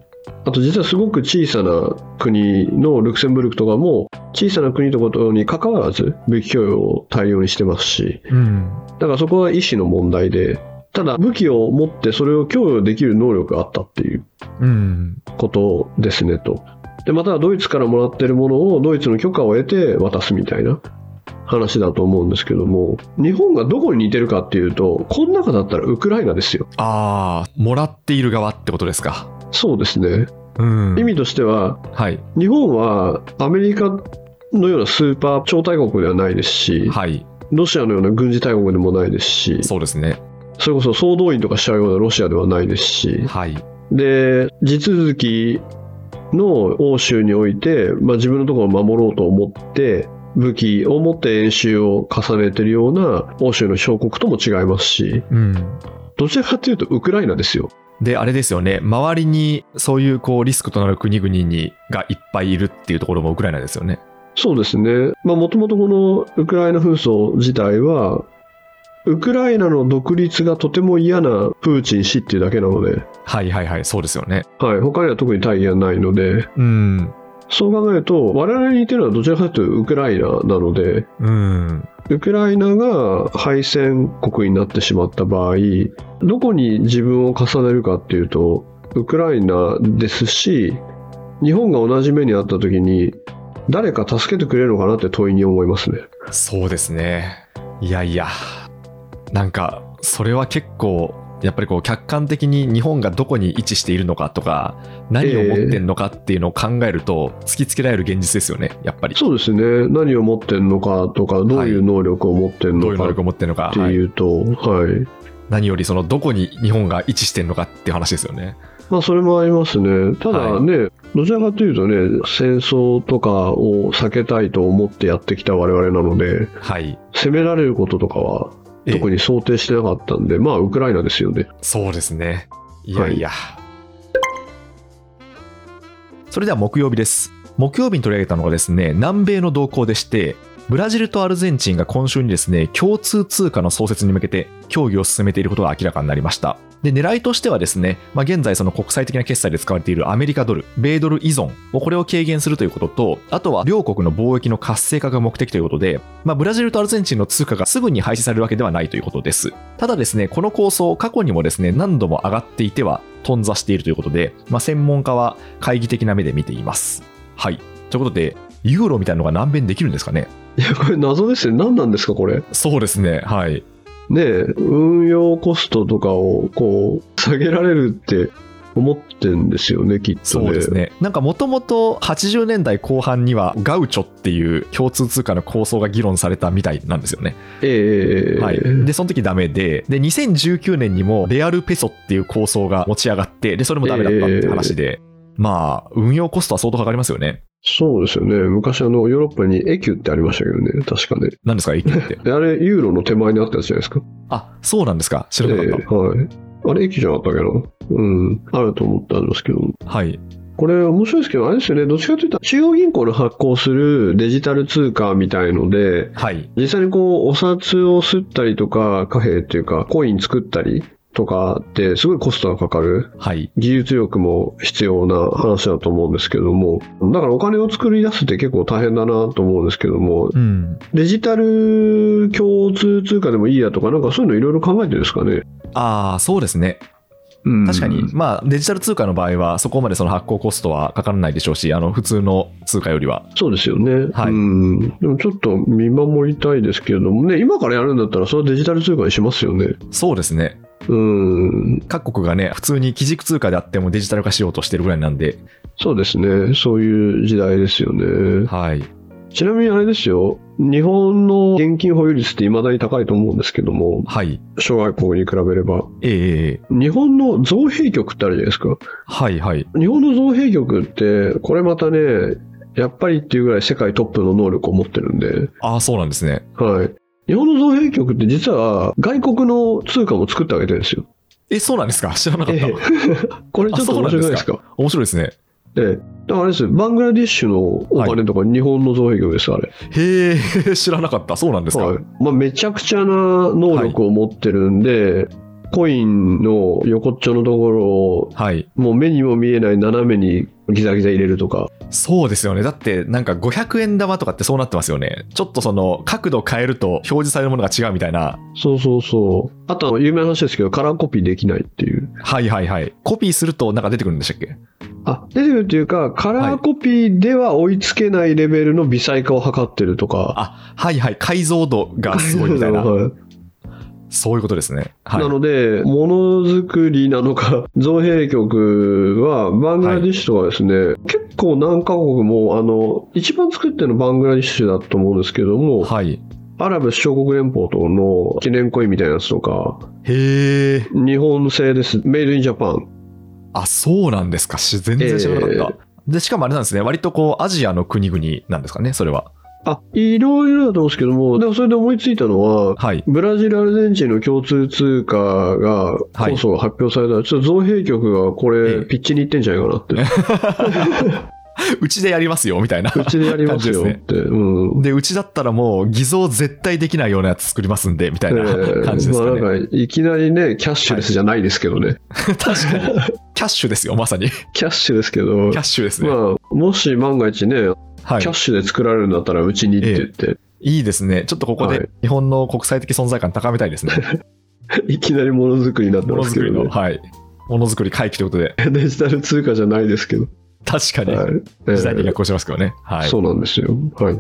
S3: あと実はすごく小さな国のルクセンブルクとかも小さな国とことに関わらず武器供与を大量にしてますし、
S2: うん。
S3: だからそこは意思の問題で、ただ武器を持ってそれを供与できる能力があったっていう
S2: うん。
S3: ことですねと。で、またはドイツからもらってるものをドイツの許可を得て渡すみたいな話だと思うんですけども、日本がどこに似てるかっていうと、この中だったらウクライナですよ。
S2: ああ、もらっている側ってことですか。
S3: そうですね。
S2: うん。
S3: 意味としては、
S2: はい。
S3: 日本はアメリカのようなスーパー超大国ではないですし、
S2: はい。
S3: ロシアのような軍事大国でもないですし、
S2: そうですね。
S3: それこそ総動員とかしちゃうようなロシアではないですし、
S2: はい。
S3: で、地続きの欧州において、まあ、自分のところを守ろうと思って、武器を持って演習を重ねてるような欧州の小国とも違いますし、
S2: うん。
S3: どちらかというとウクライナですよ。
S2: で、あれですよね。周りにそういうこうリスクとなる国々にがいっぱいいるっていうところもウクライナですよね。
S3: そうですね。まあ、もともとこのウクライナ紛争自体は、ウクライナの独立がとても嫌なプーチン氏っていうだけなので、
S2: はいはいはい。そうですよね。
S3: はい、他には特に大義はないので、
S2: うん。
S3: そう考えると、我々に似てるのはどちらかというとウクライナなので、
S2: うん。
S3: ウクライナが敗戦国になってしまった場合、どこに自分を重ねるかっていうと、ウクライナですし、日本が同じ目にあった時に、誰か助けてくれるのかなって問いに思いますね。
S2: そうですね。いやいや。なんか、それは結構、やっぱりこう客観的に日本がどこに位置しているのかとか、何を持ってんのかっていうのを考えると、突きつけられる現実ですよね、やっぱり。
S3: そうですね。何を持ってんのかとか、どういう能力を持ってん
S2: どういう能
S3: のか
S2: 力を
S3: っ
S2: 持ってるのか、
S3: て
S2: はい
S3: いうと、はい。
S2: 何よりそのどこに日本が位置してるのかっていう話ですよね。
S3: まあ、それもありますね。た
S2: は
S3: だ
S2: い
S3: ね、どちらかというとね、戦争とかを避けたいと思ってやってきた我々なので、
S2: はい、
S3: 攻められることとかは
S2: ええ
S3: 特に想定してなかったんで、まあウクライナですよね。
S2: そうですね。いやいや。それでは木曜日です。木曜日に取り上げたのがですね、南米の動向でして、ブラジルとアルゼンチンが今週にですね、共通通貨の創設に向けて協議を進めていることが明らかになりました。で、狙いとしてはですね、まあ、現在その国際的な決済で使われているアメリカドル、米ドル依存をこれを軽減するということと、あとは両国の貿易の活性化が目的ということで、まあ、ブラジルとアルゼンチンの通貨がすぐに廃止されるわけではないということです。ただですね、この構想、過去にもですね、何度も上がっていては、頓挫しているということで、まあ、専門家は懐疑的な目で見ています。はい。ということで、ユーロみたいなのが難弁できるんですかね
S3: いや、これ謎ですね。何なんですか、これ。
S2: そうですね、はい。
S3: ねえ運用コストとかをこう、下げられるって思ってんですよね、きっとね。
S2: そうですね。なんかもともと80年代後半にはガウチョっていう共通通貨の構想が議論されたみたいなんですよね。
S3: ええええええ
S2: はい、でその時ダメでで2019年にもレアルペソっていう構想が持ち上がってでそれもダメだったって話で、まあ運用コストは相当かかりますよね
S3: そうですよね。昔あの、ヨーロッパにエキュってありましたけどね、確かね。
S2: 何ですか駅って
S3: であれ、ユーロの手前にあったやつじゃないですか。
S2: あそうなんですか知らなかった、
S3: ええはい。あれ、駅じゃなかったっけな。うん。あると思ったんですけど。
S2: はい
S3: これ面白いですけど、あれですよね、どっちかというと、中央銀行の発行するデジタル通貨みたいので、
S2: はい
S3: 実際にこう、お札を刷ったりとか、貨幣っていうか、コイン作ったりとかって、すごいコストがかかる。
S2: はい
S3: 技術力も必要な話だと思うんですけども、だからお金を作り出すって結構大変だなと思うんですけども、
S2: うん
S3: デジタル共通通貨でもいいやとか、なんかそういうのいろいろ考えてるんですかね。
S2: ああそうですね
S1: うん
S2: 確かに、まあ、デジタル通貨の場合は、そこまでその発行コストはかからないでしょうし、あの普通の通貨よりは。
S3: そうですよね。
S2: はい
S3: うん。でもちょっと見守りたいですけれどもね、今からやるんだったら、それはデジタル通貨にしますよね。
S2: そうですね、
S3: うん。
S2: 各国がね、普通に基軸通貨であってもデジタル化しようとしてるぐらいなんで、
S3: そうですね。そういう時代ですよね。
S2: はい、
S3: ちなみにあれですよ。日本の現金保有率って未だに高いと思うんですけども、
S2: はい、
S3: 諸外国に比べれば。
S2: ええええ
S3: 日本の造幣局ってあるじゃないですか。
S2: はい、はい、
S3: 日本の造幣局って、これまたね、やっぱりっていうぐらい世界トップの能力を持ってるんで、
S2: ああ、そうなんですね。
S3: はい。日本の造幣局って実は外国の通貨も作ってあげてるんですよ。
S2: え、そうなんですか知らなかった。
S3: ええ これちょっと面白くないですか
S2: 面白いですね。
S3: ええ。だからあれですよバングラディッシュのお金とか日本の造幣局です、あれ。
S2: へえ、知らなかった。そうなんですか。
S3: はいまあ、めちゃくちゃな能力を持ってるんで、コインの横っちょのところを
S2: はい。
S3: もう目にも見えない斜めにギザギザ入れるとか
S2: そうですよね。だって、なんか500円玉とかってそうなってますよね。ちょっとその、角度変えると表示されるものが違うみたいな。
S3: そうそうそうあとは有名な話ですけどカラーコピーできないっていう
S2: はいはいはい。コピーするとなんか出てくるんでしたっけ
S3: あ出てくるっていうかカラーコピーでは追いつけないレベルの微細化を図ってるとか、
S2: あ、はいはい。解像度がすごいみたいな。
S3: はい
S2: そういうことですね。はい
S3: な。ので、ものづくりなのか、 造幣局は、バングラディッシュとかですね、結構何カ国も、あの、一番作ってるのバングラディッシュだと思うんですけども、
S2: はい。
S3: アラブ首長国連邦との記念コインみたいなやつとか、
S2: へえ。
S3: 日本製です、メイドインジャパン。
S2: あ、そうなんですか。し全然知らなかった。で、しかもあれなんですね。割とこう、アジアの国々なんですかね、それは。
S3: あ、いろいろだと思うんですけども、でもそれで思いついたのは、
S2: はい。
S3: ブラジル、アルゼンチンの共通通貨が、
S2: はい
S3: 構想が発表されたら、ちょっと造幣局がこ
S2: ええ
S3: れ、ピッチに行ってんじゃないかなって。
S2: うちでやりますよ、みたいな。
S3: うちでやりますよって。うん。
S2: で、うちだったらもう偽造絶対できないようなやつ作りますんで、みたいな
S3: ええ
S2: 感じですかね。
S3: まあなんか、いきなりね、キャッシュレスじゃないですけどね。
S2: 確かに。 キャッシュですよ、まさに。キ
S3: キャッシュですけど、
S2: ャッシュですね。
S3: まあ、もし万が一ね、
S2: はい
S3: キャッ。シュで作られるんだったら、うちにって言って、
S2: いいですね。ちょっとここ
S3: は
S2: で
S3: い
S2: 日本の国際的存在感高めたいですね。
S3: いきなり ものづくりになって
S2: もの
S3: ま
S2: づ
S3: す
S2: く
S3: け
S2: り
S3: ど
S2: の、
S3: ね。
S2: はい。ものづくり回帰ということで、
S3: デジタル通貨じゃないですけど。
S2: 確かに
S3: はい。
S2: 時代に
S3: え
S2: 逆行してますけどね。
S3: え
S2: はい。
S3: そうなんですよ。はい。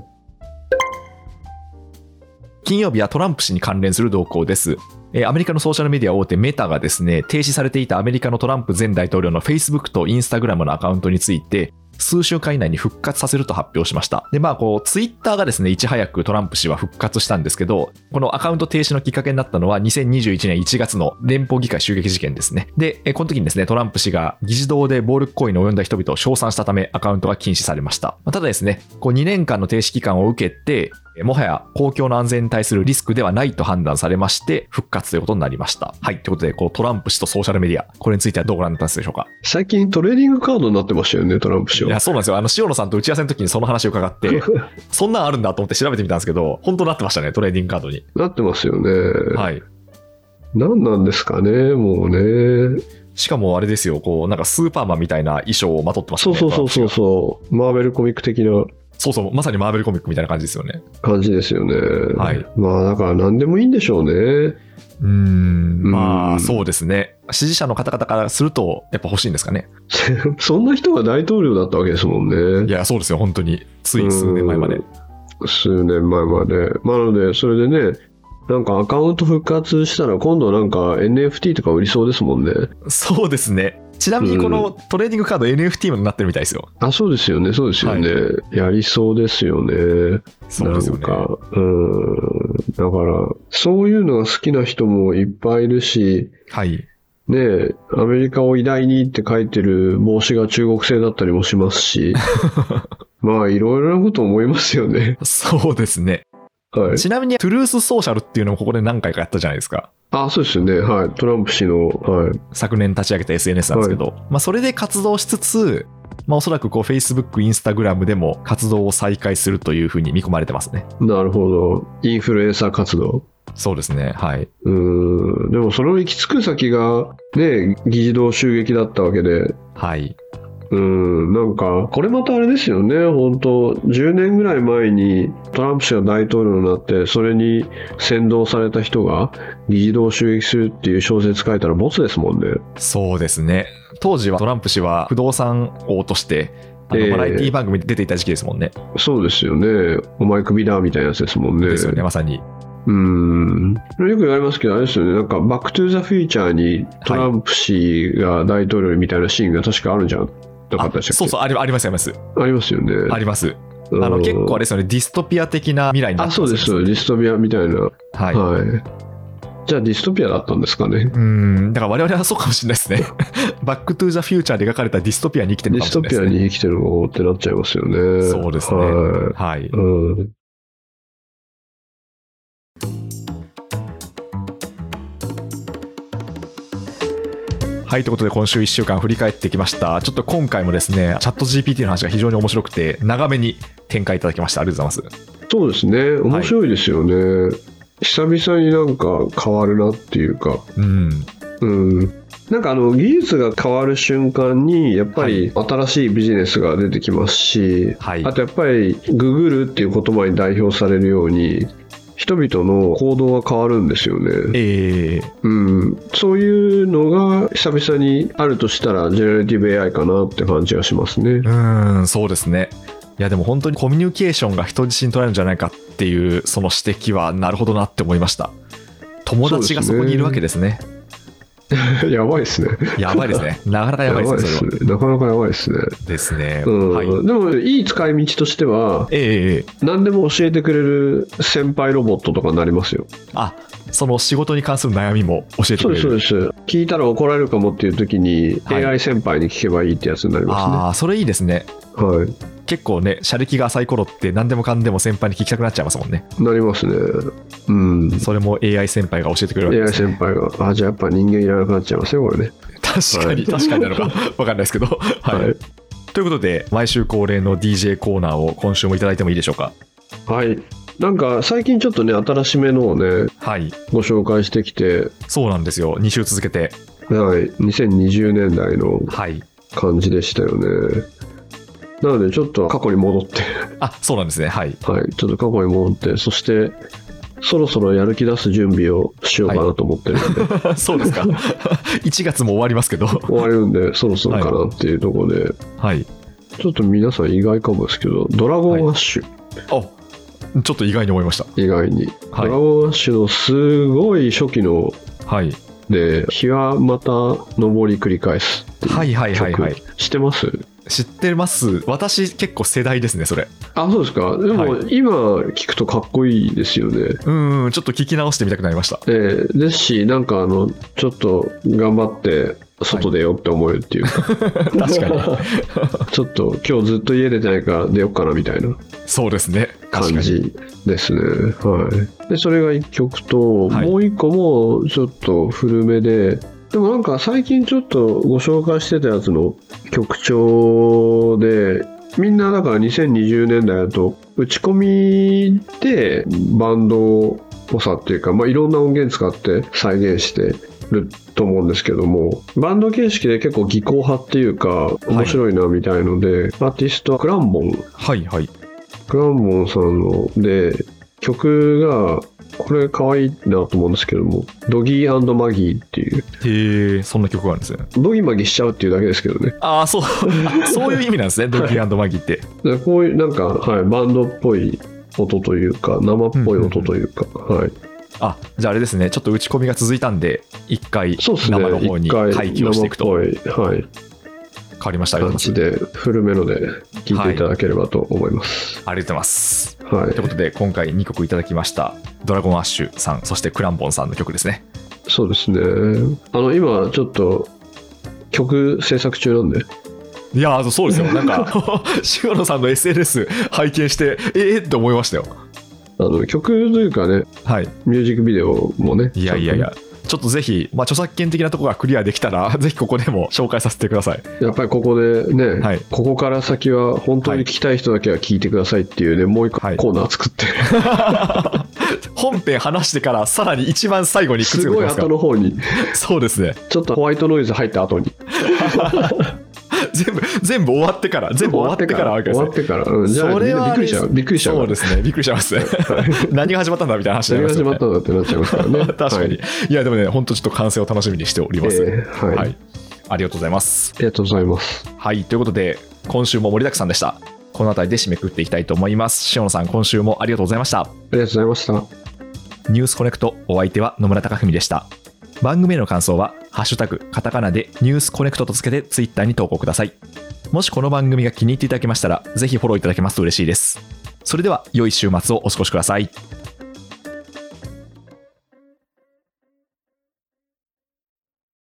S2: 金曜日はトランプ氏に関連する動向です。えーアメリカのソーシャルメディア大手メタがですね、停止されていたアメリカのトランプ前大統領の Facebook と Instagram のアカウントについて、数週間以内に復活させると発表しました。で、まあ、こう、ツイッターがですね、いち早くトランプ氏は復活したんですけど、このアカウント停止のきっかけになったのは、2021年1月の連邦議会襲撃事件ですね。で、えーこの時にですね、トランプ氏が議事堂で暴力行為に及んだ人々を称賛したため、アカウントが禁止されました。まあただですね、こう、2年間の停止期間を受けて、もはや公共の安全に対するリスクではないと判断されまして、復活ということになりました。はい。ということで、こうトランプ氏とソーシャルメディア、これについてはどうご覧になったんでしょうか。
S3: 最近トレーディングカードになってましたよね、トランプ
S2: い
S3: 氏は
S2: や、。そうなんですよ。あの、塩野さんと打ち合わせの時にその話を伺って、そんなんあるんだと思って調べてみたんですけど、本当なってましたね、トレーディングカードに。
S3: なってますよね。
S2: はい。
S3: 何なんですかね、もうね。
S2: しかもあれですよ、こう、なんかスーパーマンみたいな衣装をまとってました
S3: そう
S2: ね。
S3: そうそうそう
S2: トランプ氏が
S3: そう。マーベルコミック的な。
S2: そうそう、まさにマーベルコミックみたいな感じですよね。
S3: 感じですよね。
S2: はい
S3: まあだから何でもいいんでしょうね。
S2: うーん、ま
S3: う
S2: あ、
S3: ん
S2: そうですね。支持者の方々からすると、やっぱ欲しいんですかね。
S3: そんな人が大統領だったわけですもん
S2: い
S3: ね。
S2: や、そうですよ、本当に。つい数年前まで。
S3: 数年前まで。まあなので、それでね、なんかアカウント復活したら今度なんか NFT とか売りそうですもんね。
S2: そうですね。ちなみにこのトレーディングカード NFT になってるみたいですよ。
S3: あ、そうですよね、そうですよね。やりそうですよね。
S2: そうですよね。
S3: なんか、うん。だから、そういうのが好きな人もいっぱいいるし、
S2: はい。
S3: ねえ、アメリカを偉大にって書いてる帽子が中国製だったりもしま すし、まあいろいろなこと思いますよね。
S2: そうですね。
S3: はい。
S2: ちなみに、トゥルースソーシャルっていうのもここで何回かやったじゃないですか。
S3: あ、そうですよね。はい。トランプ氏の、はい。
S2: 昨年立ち上げた SNS なんですけど。まあ、それで活動しつつ、まあ、おそらくこう Facebook、Instagram でも活動を再開するというふうに見込まれてますね。
S3: なるほど。インフルエンサー活動。
S2: そうですね。はい。
S3: うーん。でもそれを行き着く先が、ねえ、議事堂襲撃だったわけで、
S2: はい。
S3: うん、なんか、これまたあれですよね、本当10年ぐらい前にトランプ氏が大統領になって、それに先導された人が議事堂を襲撃するっていう小説書いたらボツですもんね。
S2: そうですね。当時はトランプ氏は不動産王として、あ
S3: え
S2: の
S3: え
S2: バラエティ番組で出ていた時期ですもんね。
S3: そうですよね。お前クビだみたいなやつですもんね。
S2: ですよね、まさに。
S3: うん。よく言われますけど、あれですよね、なんか、バックトゥーザフューチャーにトランプ氏が大統領みたいなシーンが確かあるんじゃなかったでしたっけ
S2: そうそう、ありあります、あります。
S3: ありますよね。
S2: あります。
S3: うん
S2: あの結構あれですよね、ディストピア的な未来にな
S3: あ、
S2: って
S3: そ
S2: ま
S3: う
S2: すよ
S3: で
S2: ね
S3: す、そうですディストピアみたいな。は
S2: はい
S3: い。。じゃあ、ディストピアだったんですかね。
S2: うん、だから我々はそうかもしれないですね。 バックトゥーザフューチャーで描かれたディストピアに生きて
S3: デ
S2: るの
S3: ィ
S2: か
S3: ス
S2: もしれ
S3: ト
S2: ないです
S3: ピア
S2: ね。
S3: に生きてる方ってなっちゃいますよね。
S2: そうですね
S3: は
S2: はい
S3: い。。うん。
S2: はい、ということで今週1週間振り返ってきました。ちょっと今回もですね、チャット GPT の話が非常に面白くて、長めに展開いただきました。ありがとうございます。
S3: そうですね。面白いですよね。久々になんか変わるなっていうか。
S2: うん、
S3: うん。なんかあの技術が変わる瞬間にやっぱり新しいビジネスが出てきますし、
S2: はい
S3: あ。とやっぱりググるっていう言葉に代表されるように人々の行動が変わるんですよね、
S2: えー、
S3: うん、そういうのが久々にあるとしたらジェネラティブ AI かなって感じがしますね
S2: うーん、そうですね。いや、でも本当にコミュニケーションが人自身取られるんじゃないかっていう、その指摘は、なるほどなって思いました。友達がそこにいるわけですね。
S3: やばいですね
S2: やばいです ね。なかなかやばいですね、それは。
S3: ねなかなかやばいですね、
S2: ですね。
S3: うん
S2: はい。
S3: でもいい使い道としては
S2: ええええ
S3: 何でも教えてくれる先輩ロボットとかになりますよ
S2: あその仕事に関する悩みも教えて
S3: そ
S2: く
S3: う
S2: れ
S3: で
S2: る。
S3: すそうです聞いたら怒られるかもっていう時に、
S2: はい
S3: AI 先輩に聞けばいいってやつになりま
S2: ああ、それいいですね。
S3: すねはい
S2: 結構ね、車歴が浅い頃って何でもかんでも先輩に聞きたくなっちゃいますもんね。
S3: なりますねうん
S2: それも AI 先輩が教えてくれるわけ
S3: AI
S2: です、ね。
S3: 先輩があじゃあやっぱ人間いらなくなっちゃいますよこれね
S2: 確かに、確かになのかわかんないですけど。はい。
S3: はい
S2: ということで、毎週恒例の DJ コーナーを今週もいただいてもいいでしょうか。
S3: はいなんか最近ちょっとね新しめのをね
S2: はい。
S3: ご紹介してきて
S2: そうなんですよ。2週続けて。
S3: はい2020年代の
S2: はい。
S3: 感じでしたよねなのでちょっと過去に戻って
S2: あ、そうなんですね。はい。
S3: はい、ちょっと過去に戻って、そして、そろそろやる気出す準備をしようかなと思ってるんで、
S2: そうですか。1月も終わりますけど。
S3: 終われるんで、そろそろかなっていうところで、
S2: はい。
S3: ちょっと皆さん意外かもですけど、ドラゴンアッシュ、
S2: あ、ちょっと意外に思いました。
S3: 意外に、
S2: はい
S3: ドラゴンアッシュのすごい初期の
S2: はい。
S3: で、日はまた上り繰り返すっていう
S2: はいはいはいはい。
S3: 曲してます
S2: 知ってます私結構世代ですね、それ。
S3: あ、そうですか。でも、
S2: は
S3: 今聞くとかっこいいですよね。
S2: うん、ちょっと聞き直してみたくなりました。
S3: えーですし、なんかあの、ちょっと頑張って、外出ようって思えるっていうか、
S2: 確かに。
S3: ちょっと今日ずっと家出てないから出ようかなみたいな
S2: そうですね。確
S3: 感
S2: かに。
S3: じですね。はい。で、それが1曲と、
S2: はい
S3: もう1個もちょっと古めで、でもなんか最近ちょっとご紹介してたやつの曲調で、みんなだから2020年代だと打ち込みでバンドっぽさっていうか、まあ、いろんな音源使って再現してると思うんですけどもバンド形式で結構技巧派っていうか面白いなみたいので、アーティストはクランボン
S2: はいはい。
S3: クランボンさんので曲がこれ可愛いなと思うんですけどもドギーマギーっていう
S2: へえ、そんな曲があるんですね。
S3: ドギマギしちゃうっていうだけですけどね
S2: ああ、そう、あそういう意味なん ですね、ドッキーマギーって。
S3: でこういうなんか、はい、バンドっぽい音というか生っぽい音というか、はい、
S2: あ、じゃああれですね、ちょっと打ち込みが続いたんで、一回
S3: そうです
S2: 生
S3: ね
S2: の方に
S3: 一回
S2: 回帰をしていくと
S3: 生っぽい、はい、
S2: 変わりました。ありがとう
S3: 感
S2: ござい
S3: じ
S2: ます。
S3: で古めので聴いていただければと思います、
S2: ありがとうございます。
S3: はい
S2: ということで、今回2曲いただきました、ドラゴンアッシュさん、そしてクランボンさんの曲ですね。
S3: そうですねあの今ちょっと曲制作中なんで
S2: いやー、そうですよ。なんか、 シ野さんの SNS 拝見して、ええって思いましたよ。
S3: あの曲というかね
S2: はい。
S3: ミュージックビデオもね
S2: いやいやい
S3: ち
S2: や、ちょっとぜひ、まあ、著作権的なところがクリアできたら、ぜひここでも紹介させてください。
S3: ゃんとやっぱりここでね、
S2: はい
S3: ここから先は本当に聞きたい人だけは聞いてくださいっていうねもう一個コ
S2: はい
S3: ーナー作って、
S2: 本編話してから、さらに一番最後にくっつけ
S3: す
S2: てき
S3: ごい
S2: ますか
S3: 後の方に
S2: ら。そうですね。
S3: ちょっとホワイトノイズ入った後に
S2: 全部、全部終わってから、全部終わってから開け
S3: 終わってから。うん、じゃあ、みんなびっくりしちゃう。びっくりしちゃう
S2: そ
S3: わ。
S2: うですね。びっくりしちゃいますね。何が始まったんだみたいな話に
S3: 何
S2: な
S3: が
S2: りますよね
S3: 始まっ。たんだってなっちゃいますからね。
S2: 確かに。
S3: はい
S2: い、や、でもね、本当ちょっと完成を楽しみにしております。
S3: えーはい
S2: はい。ありがとうございます。
S3: ありがとうございます。
S2: はい、ということで、今週も盛りだくさんでした。この辺りで締めくくっていきたいと思います。塩野さん、今週もありがとうございました。
S3: ありがとうございました。
S2: ニュースコネクト、お相手は野村貴文でした。番組への感想は、ハッシュタグ、カタカナでニュースコネクトとつけてツイッターに投稿ください。もしこの番組が気に入っていただけましたら、ぜひフォローいただけますと嬉しいです。それでは、良い週末をお過ごしください。